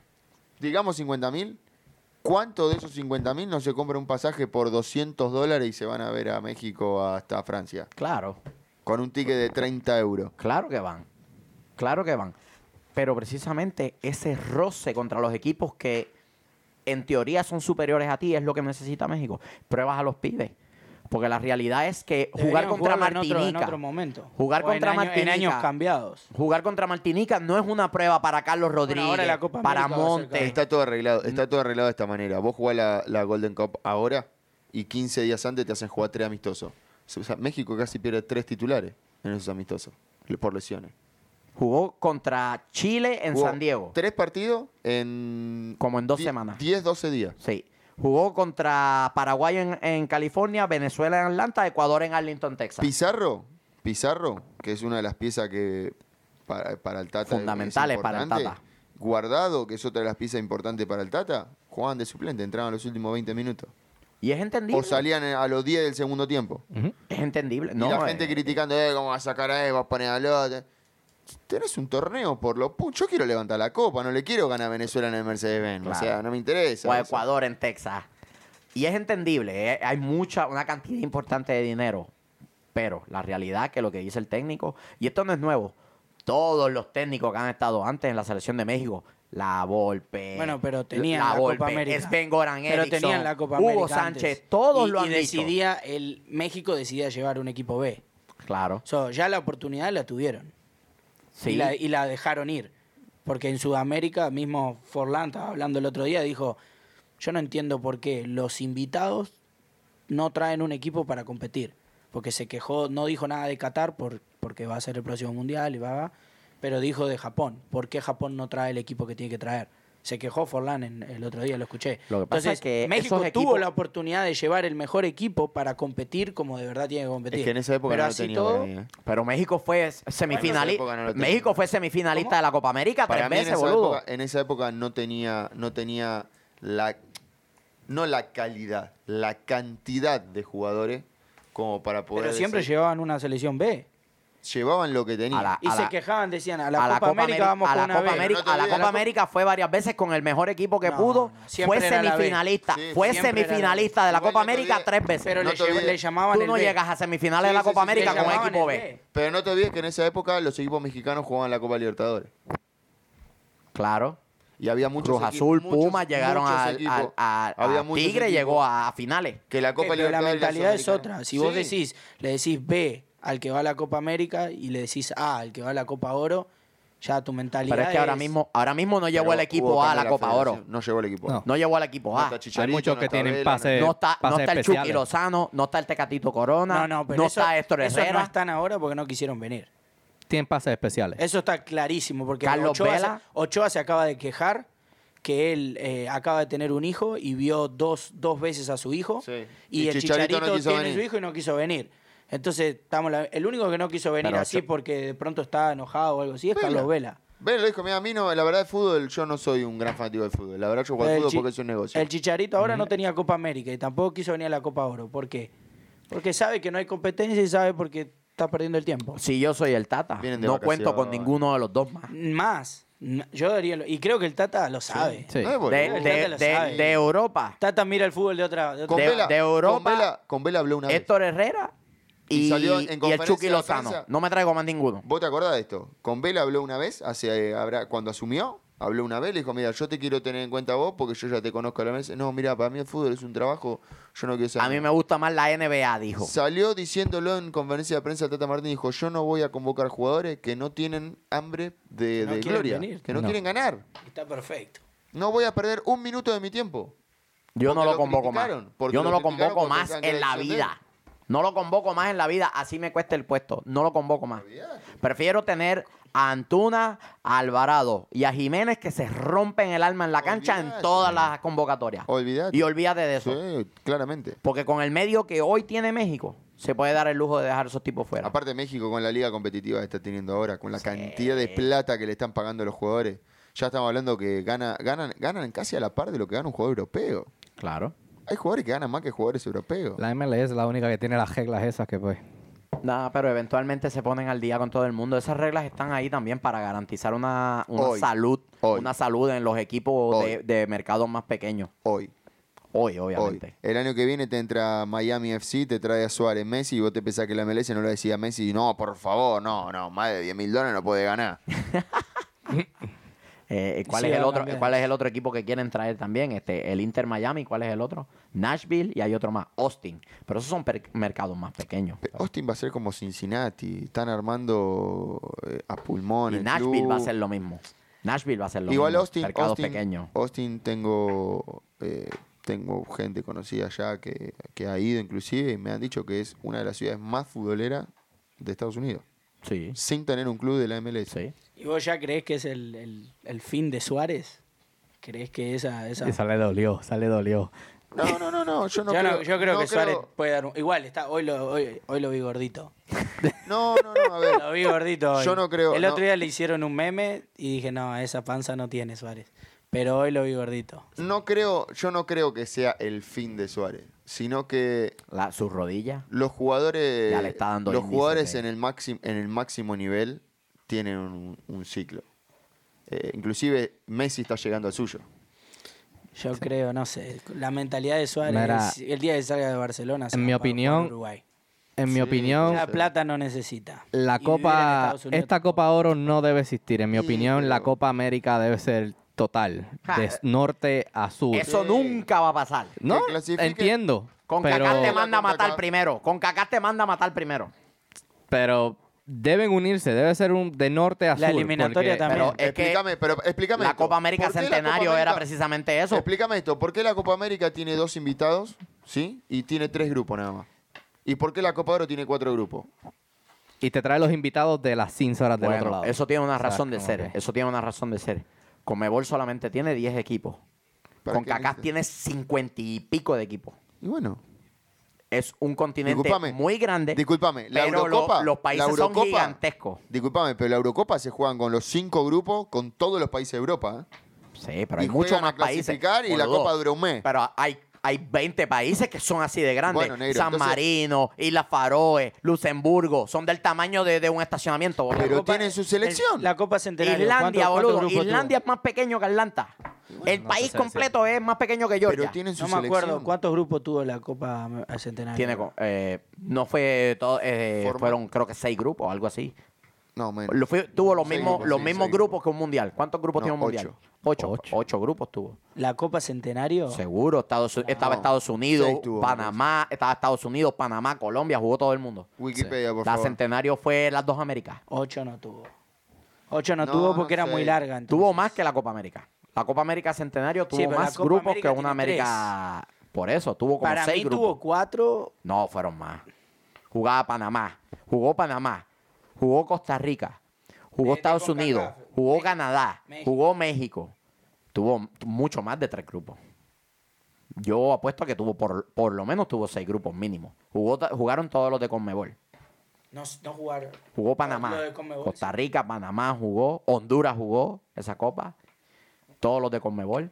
digamos 50.000. ¿Cuánto de esos 50.000 no se compra un pasaje por 200 dólares y se van a ver a México hasta Francia
Claro.
con un ticket de 30 euros?
Claro que van. Claro que van. Pero precisamente ese roce contra los equipos que en teoría son superiores a ti es lo que necesita México. Pruebas a los pibes. Porque la realidad es que jugar
Deberían
contra
jugarlo en otro-
Martinica.
En otro, momento.
Jugar
O en
contra
año-
Martinica.
En años cambiados.
Jugar contra Martinica no es una prueba para Carlos Rodríguez,
ahora la Copa
para
América va a ser
Montes.
cada-
Está todo arreglado,
Mm.
está todo arreglado de esta manera. Vos jugás la, la Golden Cup ahora y 15 días antes te hacen jugar tres amistosos. O sea, México casi pierde tres titulares en esos amistosos le- por lesiones.
Jugó contra Chile en
Jugó
San Diego.
Tres partidos en...
Como en dos
die-
semanas.
10, 12 días.
Sí. Jugó contra Paraguay en, en California, Venezuela en Atlanta, Ecuador en Arlington, Texas.
Pizarro, Pizarro, que es una de las piezas que para, para el Tata... es
Fundamentales para el
importante.
Tata.
Guardado, que es otra de las piezas importantes para el Tata, jugaban de suplente, entraban los últimos 20 minutos.
Y es entendible.
O salían a los 10 del segundo tiempo.
Ujú.
Es entendible. No,
y la
eh,
gente criticando, eh, ¿cómo vas a sacar a él? ¿Vas a poner al otro? Tenés un torneo por lo pu- Yo quiero levantar la copa, no le quiero ganar a Venezuela en el Mercedes-Benz. O
Claro.
sea, no me interesa.
o a
eso.
Ecuador en Texas. Y es entendible, eh, hay mucha, una cantidad importante de dinero. Pero la realidad que lo que dice el técnico, y esto no es nuevo, todos los técnicos que han estado antes en la selección de México, la Volpe.
Bueno, pero tenían la Copa América.
Sven Goran
Pero
Eriksson,
tenían la Copa
Hugo
América
Sánchez,
antes.
todos
y,
lo han
y
dicho.
decidía el México decidía llevar un equipo B.
Claro.
So, ya la oportunidad la tuvieron.
Sí. Eh,
Y, la, y la dejaron ir. Porque en Sudamérica, mismo Forlán estaba hablando el otro día, dijo, yo no entiendo por qué los invitados no traen un equipo para competir. Porque se quejó, no dijo nada de Qatar por, porque va a ser el próximo mundial y va, va, pero dijo de Japón. ¿Por qué Japón no trae el equipo que tiene que traer? Se quejó Forlán en- el otro día, lo escuché.
Lo que pasa
Entonces,
es que
México tuvo
esos equipos-
la oportunidad de llevar el mejor equipo para competir como de verdad tiene que competir.
Es que en esa época
Pero
no lo
así
tenía
todo,
para mí, ¿eh?
Pero México fue semifinalista.
época no lo tenía.
México fue semifinalista de la Copa América
Para
tres
mí en
veces,
esa,
boludo.
época, en esa época no tenía, no tenía la, no la calidad, la cantidad de jugadores como para poder.
pero siempre
decir-
llevaban una selección B.
llevaban lo que tenían.
A la-
Y se
la-
quejaban, decían, a
a
la, Copa, América
Ameri-
vamos
a
con
la
una
Copa
B.
América,
Pero no
a
te
la
olvides,
Copa
la Copa-
América fue varias veces con el mejor equipo que
No,
pudo.
no, siempre
Fue
era la B.
semifinalista.
Sí,
fue
siempre era la B.
semifinalista de la
Igual
Copa
no te
América
olvides-
tres veces.
Pero
No
le,
te
lle-
olvides.
le llamaban
Tú
el
no
B.
llegas a semifinales de
Sí,
la
sí,
Copa
sí, sí,
América con
Le
un
llamaban
equipo
el E.
B.
Pero no te olvides que en esa época los equipos mexicanos jugaban la Copa Libertadores.
Claro.
Y había muchos
Cruz
equipos-
Azul,
muchos-
Pumas llegaron
muchos
al,
equipos.
al- a- a
Había muchos
Tigre
equipos
llegó a, a finales.
que la
Ok,
Copa
pero la
Libertadores y
mentalidad es
Sudamericana-
otra. Si vos
Sí.
decís, le decís B al que va a la Copa América y le decís A al que va a la Copa Oro, ya tu mentalidad
Pero es que ahora mismo, ahora mismo no llevó
Pero
el
hubo
equipo A a
cambio
la
en
Copa Oro.
federación. No llegó el equipo A.
No.
No llevó al equipo
No
A.
está Chicharito,
Hay muchos
no
que
está
tienen
Vela, no-
pases
No está, no
pases
está el
especiales.
Chucky Lozano, no está el Tecatito Corona,
No,
no,
no, pero eso,
está Héctor
eso
Herrera.
no están ahora porque no quisieron venir.
Tienen pases especiales.
Eso está clarísimo porque
Carlos
Ochoa,
Vela.
Se, Ochoa se acaba de quejar que él eh, acaba de tener un hijo y vio dos, dos veces a su hijo
Sí.
y,
Y
el
Chicharito
Chicharito,
no quiso
tiene
venir.
su hijo y no quiso venir. Entonces, estamos la- el único que no quiso venir
Pero
así
Ochoa-
porque de pronto está enojado o algo así es
Vela.
Carlos Vela.
Ven, lo dijo, mira, a mí no, la verdad de fútbol, yo no soy un gran fanático del fútbol. La verdad yo juego al
El
fútbol
chi-
porque es un negocio.
El Chicharito ahora no tenía Copa América y tampoco quiso venir a la Copa Oro. ¿Por qué? Porque sabe que no hay competencia y sabe porque está perdiendo el tiempo.
Si yo soy el Tata,
Vienen de
no cuento con
vacaciones.
ninguno de los dos más.
Más. n- Yo daría... lo- Y creo que el Tata lo sabe.
Sí.
No es
De,
boludo.
el
de-
Tata lo
de-
sabe.
de Europa,
Tata mira el fútbol de otra... de
con,
otra-
de-
Vela,
de Europa,
con Vela, con Vela habló una vez.
Héctor Herrera y,
Y salió en
y el
conferencia
Chucky
de
Lozano.
prensa.
No me traigo más ninguno.
¿Vos te acordás de esto? Con Vela habló una vez, hace, eh, habrá- cuando asumió, habló una vez, le dijo, mira, yo te quiero tener en cuenta vos porque yo ya te conozco a la mesa. No, mira, para mí el fútbol es un trabajo, yo no quiero ser...
A mí me gusta más la NBA, dijo.
Salió diciéndolo en conferencia de prensa Tata Martín, dijo, yo no voy a convocar jugadores que no tienen hambre de,
no
de
quieren
gloria,
venir.
que no,
No.
quieren ganar.
Está perfecto.
No voy a perder un minuto de mi tiempo.
Yo no
Porque
lo
lo
convoco más.
criticaron, porque
Yo no
lo
lo convoco
criticaron
más
porque
en la
pensaban que era
vida. No lo convoco más en la vida. Así me cuesta el puesto. No lo convoco más. Prefiero tener a Antuna, a Alvarado y a Jiménez que se rompen el alma en la cancha en
Olvídate.
todas las convocatorias.
Olvidate.
Y olvídate de eso.
Sí, claramente.
Porque con el medio que hoy tiene México, se puede dar el lujo de dejar esos tipos fuera.
Aparte México con la liga competitiva que está teniendo ahora, con la cantidad de plata que le están pagando a los jugadores. Ya estamos hablando que gana, ganan, ganan casi a la par de lo que gana un jugador europeo.
Claro.
Hay jugadores que ganan más que jugadores europeos.
La MLS es la única que tiene las reglas esas que pues.
Nada, pero eventualmente se ponen al día con todo el mundo. Esas reglas están ahí también para garantizar una, una
Hoy.
salud,
Hoy.
una salud en los equipos de,
Hoy.
de mercados más pequeños.
Hoy,
Hoy,
hoy.
obviamente.
El año que viene te entra Miami FC, te trae a Suárez Messi y vos te pensás que la MLS no lo decía Messi. No, por favor, no, no, más de 10 mil dólares no
<laughs>
puede ganar.
Eh, ¿cuál,
Sí,
es el
ahora
otro,
también.
¿Cuál es el otro equipo que quieren traer también? Este, el Inter Miami, ¿cuál es el otro? Nashville y hay otro más, Austin. Pero esos son per- mercados más pequeños.
Pero Austin va a ser como Cincinnati. Están armando eh, a pulmón.
Y
el
Nashville va a
club.
ser lo mismo. Nashville va a ser lo
Igual
mismo.
Austin,
mercados
Austin-
pequeños.
Austin tengo, eh, tengo gente conocida allá que, que ha ido inclusive y me han dicho que es una de las ciudades más futboleras de Estados Unidos,
Sí,
sin tener un club de la MLS.
sí.
¿Y vos ya crees que es el, el- el fin de Suárez? ¿Crees que esa... esa...
Esa le dolió, sale dolió.
No, no, no, no, yo no
yo,
creo,
no- yo creo
no
que Suárez puede dar un... Igual, está, hoy, lo, hoy, hoy lo vi gordito.
No, no, no, a
<laughs>
ver.
Lo vi gordito hoy.
Yo no creo,
El
no.
otro día le hicieron un meme y dije, no, esa panza no tiene Suárez. Pero hoy lo vi gordito.
No creo, yo no creo que sea el fin de Suárez, sino que
La, sus rodillas.
los jugadores
Ya le está dando
los
indicios
jugadores
de-
en el máximo en el máximo nivel tienen un, un ciclo Eh, inclusive Messi está llegando al suyo
Yo creo, no sé. La mentalidad de Suárez,
Mira,
el día que salga de Barcelona, se
en
va
mi
para jugar
opinión,
Uruguay.
En mi
Sí,
opinión,
La plata no necesita.
la
Y vivir en
Copa,
Estados Unidos
esta Copa Oro no debe existir. En mi
Sí,
opinión, la
pero-
Copa América debe ser total,
Ja.
de norte a sur.
Eso
Sí.
nunca va a pasar.
No,
Que clasifique-
entiendo.
Con
pero,
Kaká te manda a
Con Kaká.
matar primero. Con Kaká te manda a matar primero.
pero deben unirse, debe ser un de norte a
La
sur.
eliminatoria
porque-
también.
Pero es que
explícame, pero eh, explícame.
la
esto.
Copa América
¿Por qué la Copa
Centenario era
América-
precisamente eso.
Explícame esto. ¿Por qué la Copa América tiene dos invitados, sí, y tiene tres grupos nada más? ¿Y por qué la Copa Oro tiene cuatro grupos?
Y te trae los invitados de las cínsoras del
Bueno,
otro lado.
Eso tiene una
Exacto,
razón de
ok.
ser. eh. Eso tiene una razón de ser. Comebol solamente tiene 10 equipos.
¿Para
Con
qué
Kaká
dices?
tiene 50 y pico de equipos.
Y bueno,
Es un continente
Discúlpame.
muy grande.
Disculpame, la
pero lo-
Eurocopa,
los países
la
son
Eurocopa-
gigantescos.
discúlpame, pero la Eurocopa se juegan con los cinco grupos, con todos los países de Europa. ¿eh?
Sí, pero hay
Y
muchos
juegan
más
a
países.
clasificar y la
boludo.
Copa dura un mes.
<laughs> Pero hay, hay 20 países que son así de grandes.
Bueno, negro,
San
entonces-
Marino, Islas Faroe, Luxemburgo. Son del tamaño de, de un estacionamiento. boludo.
Pero
Copa-
tienen su selección.
La Copa Centenario.
Irlandia,
¿Cuántos- cuántos
boludo.
grupos tuvo?
Irlandia es más pequeño que Atlanta. El
no
país
sé si-
completo es más pequeño que Georgia.
pero tienen su
No me
selección.
acuerdo cuántos grupos tuvo la Copa eh, Centenario.
Tiene, co- eh, no fue todo, eh,
Forma.
fueron creo que seis grupos, algo así.
No, men.
Lo fue- tuvo los
Seis
mismos,
grupos,
los
sí,
mismos
seis
grupos que un mundial. ¿Cuántos grupos
No,
tiene un mundial?
ocho.
Ocho. Ocho, grupos tuvo.
La Copa Centenario.
Seguro, Estados, estaba Estados Unidos,
Seis tuvo,
Panamá, estaba Estados Unidos, Panamá, Colombia, jugó todo el mundo.
Wikipedia, por
La
favor.
centenario fue las dos Américas.
Ocho no tuvo. Ocho no,
No,
tuvo
no
porque era
sé.
muy larga. entonces.
Tuvo más que la Copa América. La Copa América Centenario tuvo
pero la
más
Copa
grupos
América
que una
tiene tres.
América. Por eso, tuvo como
Para mí
seis grupos.
tuvo cuatro.
No, fueron más. Jugaba Panamá, jugó Panamá, jugó Costa Rica, jugó
Vete
Estados
con
Unidos,
Cacaf.
jugó
México.
Canadá,
México.
jugó México. Tuvo m- mucho más de tres grupos. Yo apuesto que tuvo por, por lo menos tuvo seis grupos mínimo. Jugó, ta- jugaron todos los de Conmebol.
No, no jugaron.
Jugó Panamá,
Lo de Conmebol,
Costa Rica, Panamá jugó, Honduras jugó esa copa, todos los de Conmebol.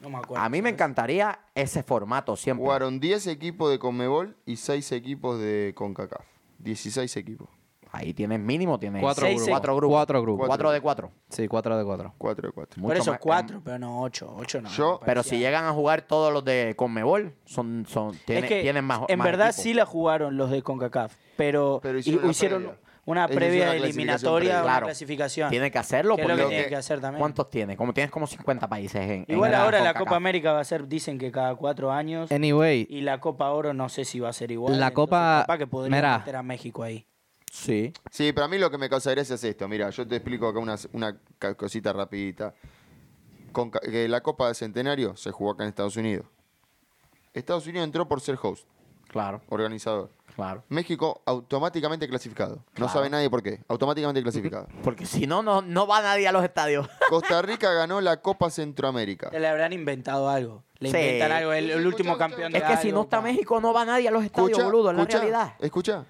No me acuerdo.
A mí me encantaría ese formato siempre.
Jugaron 10 equipos de Conmebol y 6 equipos de CONCACAF. 16 equipos.
Ahí tienes mínimo, tienes
Cuatro
seis-
grupos.
cuatro grupos.
Cuatro grupos.
Cuatro de cuatro.
Sí, cuatro de cuatro.
4 de 4.
Por
Mucho
eso
más- em,
cuatro, pero no ocho. Ocho no.
Yo-
Pero
me parecía.
si llegan a jugar todos los de Conmebol, son, son, tiene-
Es que,
tienen más
En
más
verdad
equipos.
sí la jugaron los de CONCACAF, pero,
Pero
y-
hicieron
hicieron,
una previa.
una
Ellos
previa
hicieron la clasificación
eliminatoria,
previa.
una
Claro.
clasificación.
Tienen que hacerlo
que es lo que
porque-
tienen que hacer también.
¿Cuántos tienes? Como tienes como 50 países en en
Igual ahora la
CONCACAF.
Copa América va a ser, dicen que cada cuatro años,
Anyway,
y la Copa Oro no sé si va a ser igual.
La
entonces
Copa-
capaz que podrían
Mira.
meter a México ahí.
Sí.
Sí, para mí lo que me causa gracia es esto. Mira, yo te explico acá una, una ca- cosita rapidita. Conca- que la Copa de Centenario se jugó acá en Estados Unidos. Estados Unidos entró por ser host,
Claro,
organizador.
claro.
México automáticamente clasificado. No
Claro.
sabe nadie por qué. Automáticamente clasificado.
Porque si no, no, no va nadie a los estadios.
<laughs>
Costa Rica ganó la Copa Centroamérica.
Le habrán inventado algo. Le
Sí.
inventan algo. El, el
Escucha,
último
escucha,
campeón
escucha.
de
es que si
algo,
no está
pa.
México, no va nadie a los estadios, boludo. Es la realidad.
Escucha.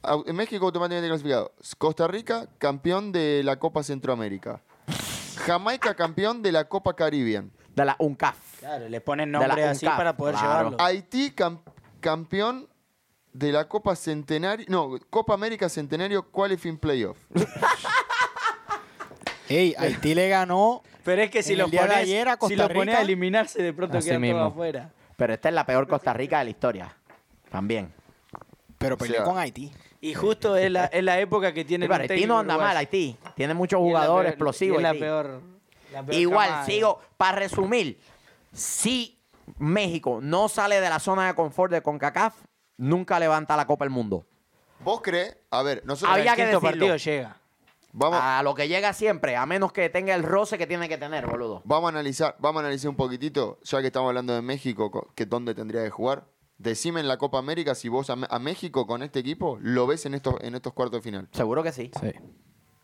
Au- en México automáticamente clasificado. Costa Rica, campeón de la Copa Centroamérica. Jamaica, campeón de la Copa Caribbean.
De la UNCAF.
Claro, le ponen
la
nombre así
UNCAF,
para poder
claro.
llevarlo.
Haití, cam- campeón de la Copa Centenario. No, Copa América Centenario Qualifying Playoff.
Ey, Haití le ganó.
Pero es que si
En
los
el día de
pones,
ayer a
si
Costa
los pones a
Rica.
eliminarse, de pronto
Así
quedan
mismo.
todos afuera.
Pero esta es la peor Costa Rica de la historia. También.
Pero
sea,
perdió con Haití.
Y justo es la, es la época que tiene
Sí, pero
el
Haití
técnico
no anda
uruguayo.
mal, Haití. Tiene muchos
Y es la
jugadores
peor-
explosivos.
y es la
Haití.
peor, la peor
Igual,
camada.
sigo. Para resumir, si México no sale de la zona de confort de CONCACAF, nunca levanta la Copa del Mundo.
¿Vos crees? A ver, nosotros.
Pero
Había
el
que
quinto
decirlo.
partido llega.
Vamos.
A lo que llega siempre, a menos que tenga el roce que tiene que tener, boludo.
Vamos a analizar, vamos a analizar un poquitito, ya que estamos hablando de México, co- que dónde tendría que jugar. Decime en la Copa América si vos a, Me- a México con este equipo lo ves en estos, en estos cuartos de final.
Seguro que sí.
sí.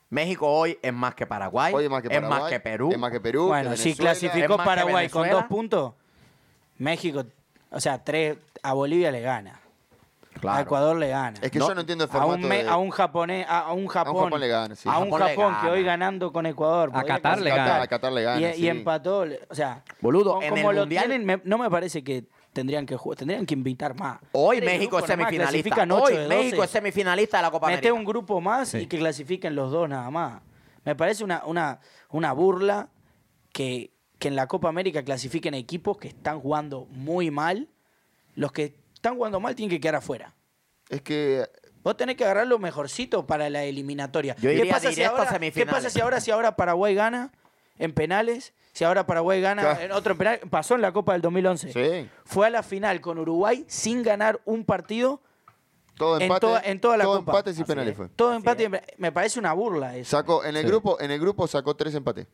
México hoy es más que Paraguay.
Hoy es más que Paraguay,
Perú.
Es más que Perú.
Bueno,
que
si
Venezuela.
es
clasificó
más que
Paraguay con
Venezuela.
dos puntos, México, o sea, tres, a Bolivia le gana.
Claro.
A Ecuador le gana.
Es que yo no entiendo el
a un,
formato
me-
de-
a un japonés, a, a un Japón,
Japón le gana, sí.
a un
Japón le
Japón que
gana.
hoy ganando con Ecuador.
A
podría
Qatar le
clasificar.
gana.
A Qatar le gana,
Y, y
sí.
empató, le- o sea,
Boludo,
con-
en
como
el
lo
Mundial-
tienen, me- no me parece que tendrían que jugar, tendrían que invitar más.
Hoy
Tres
México es
grupos nomás,
semifinalista.
clasifican ocho
Hoy
de
México
12.
es semifinalista de la Copa
Mete
América.
un grupo más y que clasifiquen los dos nada más. Me parece una, una, una burla que, que en la Copa América clasifiquen equipos que están jugando muy mal. Los que están jugando mal tienen que quedar afuera.
Es que
Vos tenés que agarrar lo mejorcito para la eliminatoria.
Yo iría directo a
ahora, ¿Qué
semifinales.
pasa si ahora, si ahora Paraguay gana en penales? Si ahora Paraguay gana
Claro.
en otro penal. Pasó en la Copa del 2011.
Sí.
Fue a la final con Uruguay sin ganar un partido
todo
en,
empate.
toda- en toda la
todo
Copa.
empates y
Así
penales
es.
fue.
Todo
Así
empate.
es.
me- Me parece una burla eso.
Sacó, en el
Sí.
grupo, en el grupo sacó tres empates.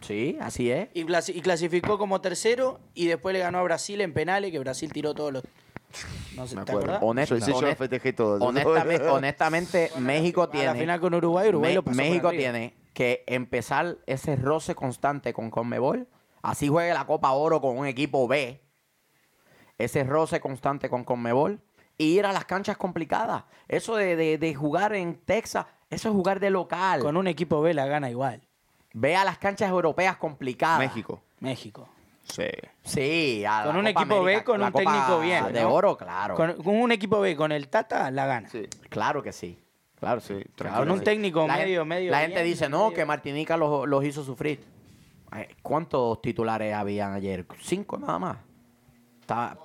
Sí, así es.
Y, clasi- y clasificó como tercero y después le ganó a Brasil en penales, que Brasil tiró todos los... No sé,
Me
¿te
acuerdo.
acordás?
Honesto,
Sí, sí, yo
honest-
festejé todo.
honestamente,
<laughs>
honestamente, México
A la
tiene.
final con Uruguay, Uruguay
Me-
lo pasó por
México
arriba.
tiene que empezar ese roce constante con Conmebol. Así juegue la Copa Oro con un equipo B. Ese roce constante con Conmebol. Y ir a las canchas complicadas. Eso de, de- de jugar en Texas, eso es jugar de local.
Con un equipo B la gana igual,
Ve a las canchas europeas complicadas.
México.
México.
Sí.
Sí, a la
Con un
Copa
equipo B, con
la
un
Copa
técnico bien,
De
¿no?
oro, claro.
Con, con un equipo B, con el Tata, la gana.
Sí.
Claro que sí. Claro, sí.
Sí,
Claro
tranquilo.
Con
que
un
sí.
técnico
La
medio,
gente,
medio
La
bien,
gente dice, no,
medio-
que Martinica los, los hizo sufrir. Ay, ¿Cuántos titulares habían ayer? Cinco nada más. Estaba-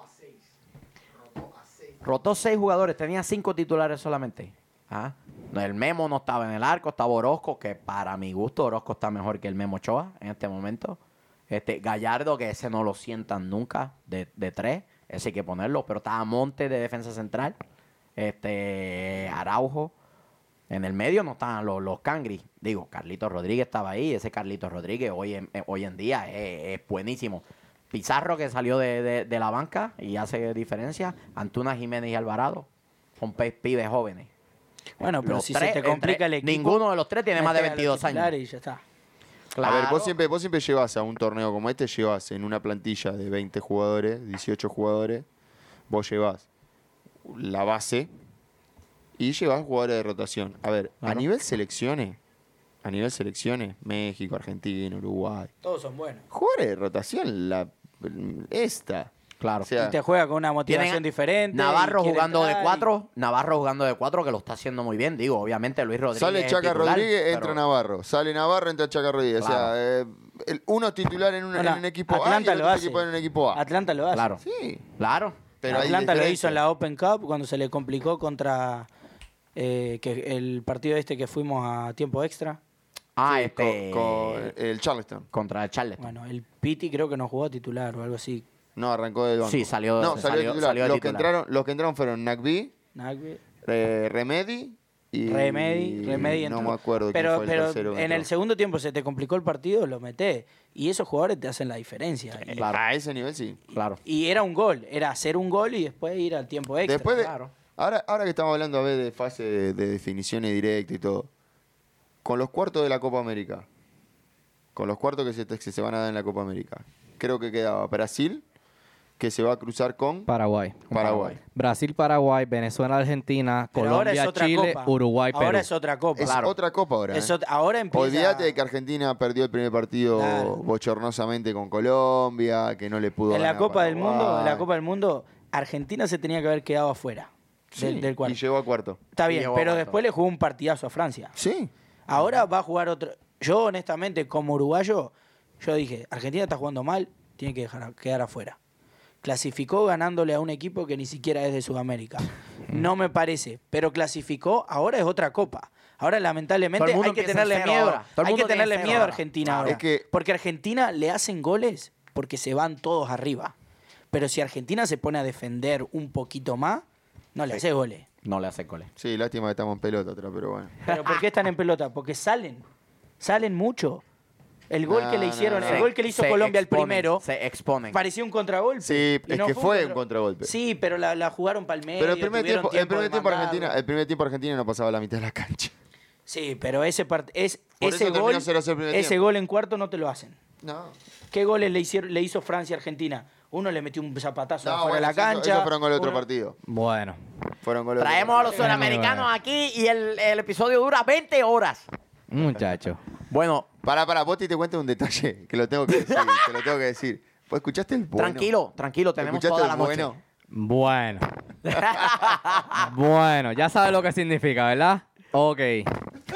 Rotó seis jugadores, tenía cinco titulares solamente. Ah, no, El Memo no estaba en el arco, estaba Orozco, que para mi gusto Orozco está mejor que el Memo Ochoa en este momento. Este, Gallardo, que ese no lo sientan nunca de, de tres, ese hay que ponerlo, pero estaba Monte de defensa central, este Araujo. En el medio no estaban los, los cangris. Digo, Carlitos Rodríguez estaba ahí. Ese Carlitos Rodríguez hoy en, eh, hoy en día es, es buenísimo. Pizarro que salió de, de- de la banca y hace diferencia. Antuna Jiménez y Alvarado. Son pe- pibes jóvenes.
Bueno, pero
Los
si
tres-
se te complica el
entre-
equipo...
Ninguno de los tres tiene más de
metes a los
22 años.
titulares Y ya está.
Claro.
A ver, vos siempre, vos siempre llevas a un torneo como este, llevas en una plantilla de 20 jugadores, 18 jugadores, vos llevas la base y llevas jugadores de rotación. A ver, a nivel selecciones, a nivel selecciones, México, Argentina, Uruguay,
Todos son buenos.
jugadores de rotación, la esta.
Claro.
O sea,
Y te juega con una
Tienen
motivación diferente.
Navarro
y quiere
jugando de
entrar y-
cuatro. Navarro jugando de cuatro que lo está haciendo muy bien. Digo, obviamente Luis Rodríguez.
Sale
es
Chaca
titular,
Rodríguez,
pero-
entra Navarro. Sale Navarro, entra Chaca Rodríguez. O
Claro.
sea, eh, el- uno es titular en un, en
Bueno,
un equipo
Atlanta
A y el
lo
otro
hace.
equipo en un equipo A.
Atlanta lo hace.
Claro.
Sí,
Claro.
pero hay
Atlanta lo hizo
diferencia.
en la Open Cup cuando se le complicó contra eh, que el partido este que fuimos a tiempo extra.
Ah,
Sí,
este.
co- co- el Charleston.
Contra Charleston.
Bueno, el Piti creo que no jugó titular o algo así.
No, arrancó del banco.
Sí, salió-
No, salió,
salió-
de titular.
salió de
los, Que
titular.
entraron, los que entraron fueron Nagby,
Nagbe-
eh, Remedy y...
Remedy, Remedy
No
entró.
me acuerdo quién
pero,
fue el
pero
tercero que
en el
entró.
segundo tiempo se te complicó el partido, lo metés. Y esos jugadores te hacen la diferencia. Y-
Claro.
Eh, A ese nivel sí.
Claro.
Y, era un gol, era hacer un gol y después ir al tiempo extra.
Después de-
claro.
ahora, ahora que estamos hablando a ver de fase de, de definiciones directas y todo, con los cuartos de la Copa América, con los cuartos que se, que se van a dar en la Copa América, creo que quedaba Brasil, que se va a cruzar con
Paraguay.
Paraguay.
Brasil, Paraguay, Venezuela, Argentina,
Pero ahora
Colombia,
es otra
Chile,
copa.
Uruguay, Perú.
ahora es otra copa.
Es
Claro.
otra copa ahora.
Es
¿eh?
ot- ahora empieza...
Olvídate de que Argentina perdió el primer partido
Claro.
bochornosamente con Colombia, que no le pudo
en la
ganar
Copa del Mundo,
Paraguay.
en la Copa del Mundo, Argentina se tenía que haber quedado afuera
Sí,
del, del cuarto.
Y llegó a cuarto.
Está
y
bien,
llegó a
pero
cuarto.
después le jugó un partidazo a Francia.
Sí.
Ahora va a jugar otro. Yo, honestamente, como uruguayo, yo dije, Argentina está jugando mal, tiene que dejar, quedar afuera. Clasificó ganándole a un equipo que ni siquiera es de Sudamérica. No me parece, pero clasificó, ahora es otra copa. Ahora,
Todo
lamentablemente,
el mundo
hay que
empieza en
tenerle
cero
miedo.
ahora. Todo el
Hay que
mundo tiene
tenerle
cero
miedo a
ahora.
Argentina ahora.
Es que-
Porque a Argentina le hacen goles porque se van todos arriba. Pero si Argentina se pone a defender un poquito más, no le hace goles.
No le hace goles.
Sí, lástima que estamos en pelota atrás, pero bueno.
¿Pero por qué están en pelota? Porque salen. Salen mucho. El gol
No,
que le
no,
hicieron,
no.
el
Se-
gol que le hizo
se
Colombia al
exponen,
primero,
Se exponen.
parecía un contragolpe.
Sí,
Y
es que fue un contragolpe.
Sí, pero la, la jugaron para el medio.
Pero el primer
tuvieron
tiempo, el primer
de
tiempo eh,
mandarlo.
Argentina, el primer tiempo Argentina no pasaba la mitad de la cancha.
Sí, pero ese part- es,
Por eso
ese
terminó
gol
0-0 el primer
ese
tiempo.
gol en cuarto no te lo hacen.
No.
¿Qué goles le hicieron le hizo Francia a Argentina? Uno le metió un zapatazo
No,
afuera de
bueno,
la
eso-
cancha.
Eso fueron con el otro
uno-
partido.
Bueno,
Fueron con el otro
Traemos a los
partido.
sudamericanos aquí y el, el episodio dura 20 horas.
<laughs>
muchachos.
Bueno,
Pará, pará, vos te diste cuenta de un detalle que lo tengo que
<laughs>
decir, te lo tengo que decir. ¿Vos escuchaste el bueno?
tranquilo, tranquilo, tenemos
¿Escuchaste
toda
el
la noche.
bueno?
<laughs>
Bueno. bueno, ya sabes lo que significa, ¿verdad? Ok.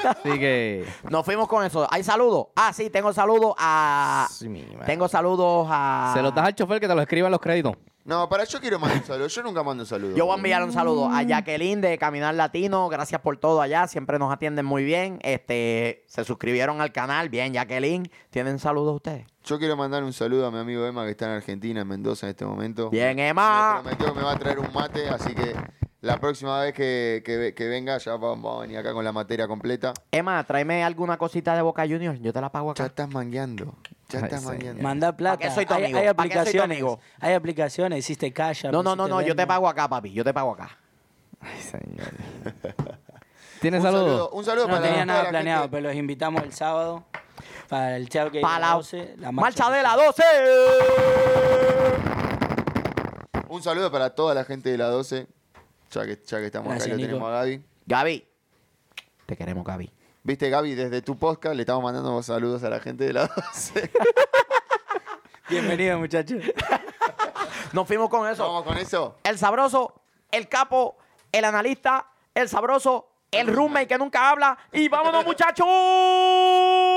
Así que.
Nos fuimos con eso. ¿Hay saludos? Ah, sí, tengo saludos a.
Sí, mi madre.
Tengo saludos
Ah.
a.
Se los das al chofer que te los escriba en los créditos.
No, para yo quiero mandar un saludo. Yo nunca mando un saludo.
Yo voy a enviar un saludo a Jacqueline de Caminar Latino. Gracias por todo allá. Siempre nos atienden muy bien. Este, se suscribieron al canal. Bien, Jacqueline. ¿Tienen saludos ustedes?
Yo quiero mandar un saludo a mi amigo Emma que está en Argentina, en Mendoza en este momento.
Bien,
Me
Emma.
prometió que me va a traer un mate, así que la próxima vez que, que ve- que venga ya va- vamos a venir acá con la materia completa.
Emma, tráeme alguna cosita de Boca Junior. Yo te la pago
Ya
acá.
estás mangueando. Ya
Ay,
estás
señor.
mangueando.
Manda plata.
qué soy tu
hay,
amigo?
hay
¿Para qué soy tu
aplicaciones.
amigo?
Hay aplicaciones. Hiciste calla.
No, no, no,
pusiste
no. Yo te
Venmo.
pago acá, papi. Yo te pago acá.
Ay, señor. ¿Tienes
un
saludos?
saludo, un saludo
No
para
tenía
toda la
nada
gente.
planeado, pero los invitamos el sábado para el chao que
Para Eh, la,
12,
marcha, de
que-
la 12.
Un saludo para toda la gente de la 12. Ya que, ya que estamos
Gracias,
acá, lo
Nico.
tenemos a Gaby.
Gaby. Te queremos, Gaby.
Viste, Gaby, desde tu podcast le estamos mandando saludos a la gente de la 12.
Bienvenido, muchachos.
Nos fuimos con eso.
Vamos con eso.
el sabroso, el capo, el analista, el sabroso, el roommate que nunca habla. Y vámonos, muchachos.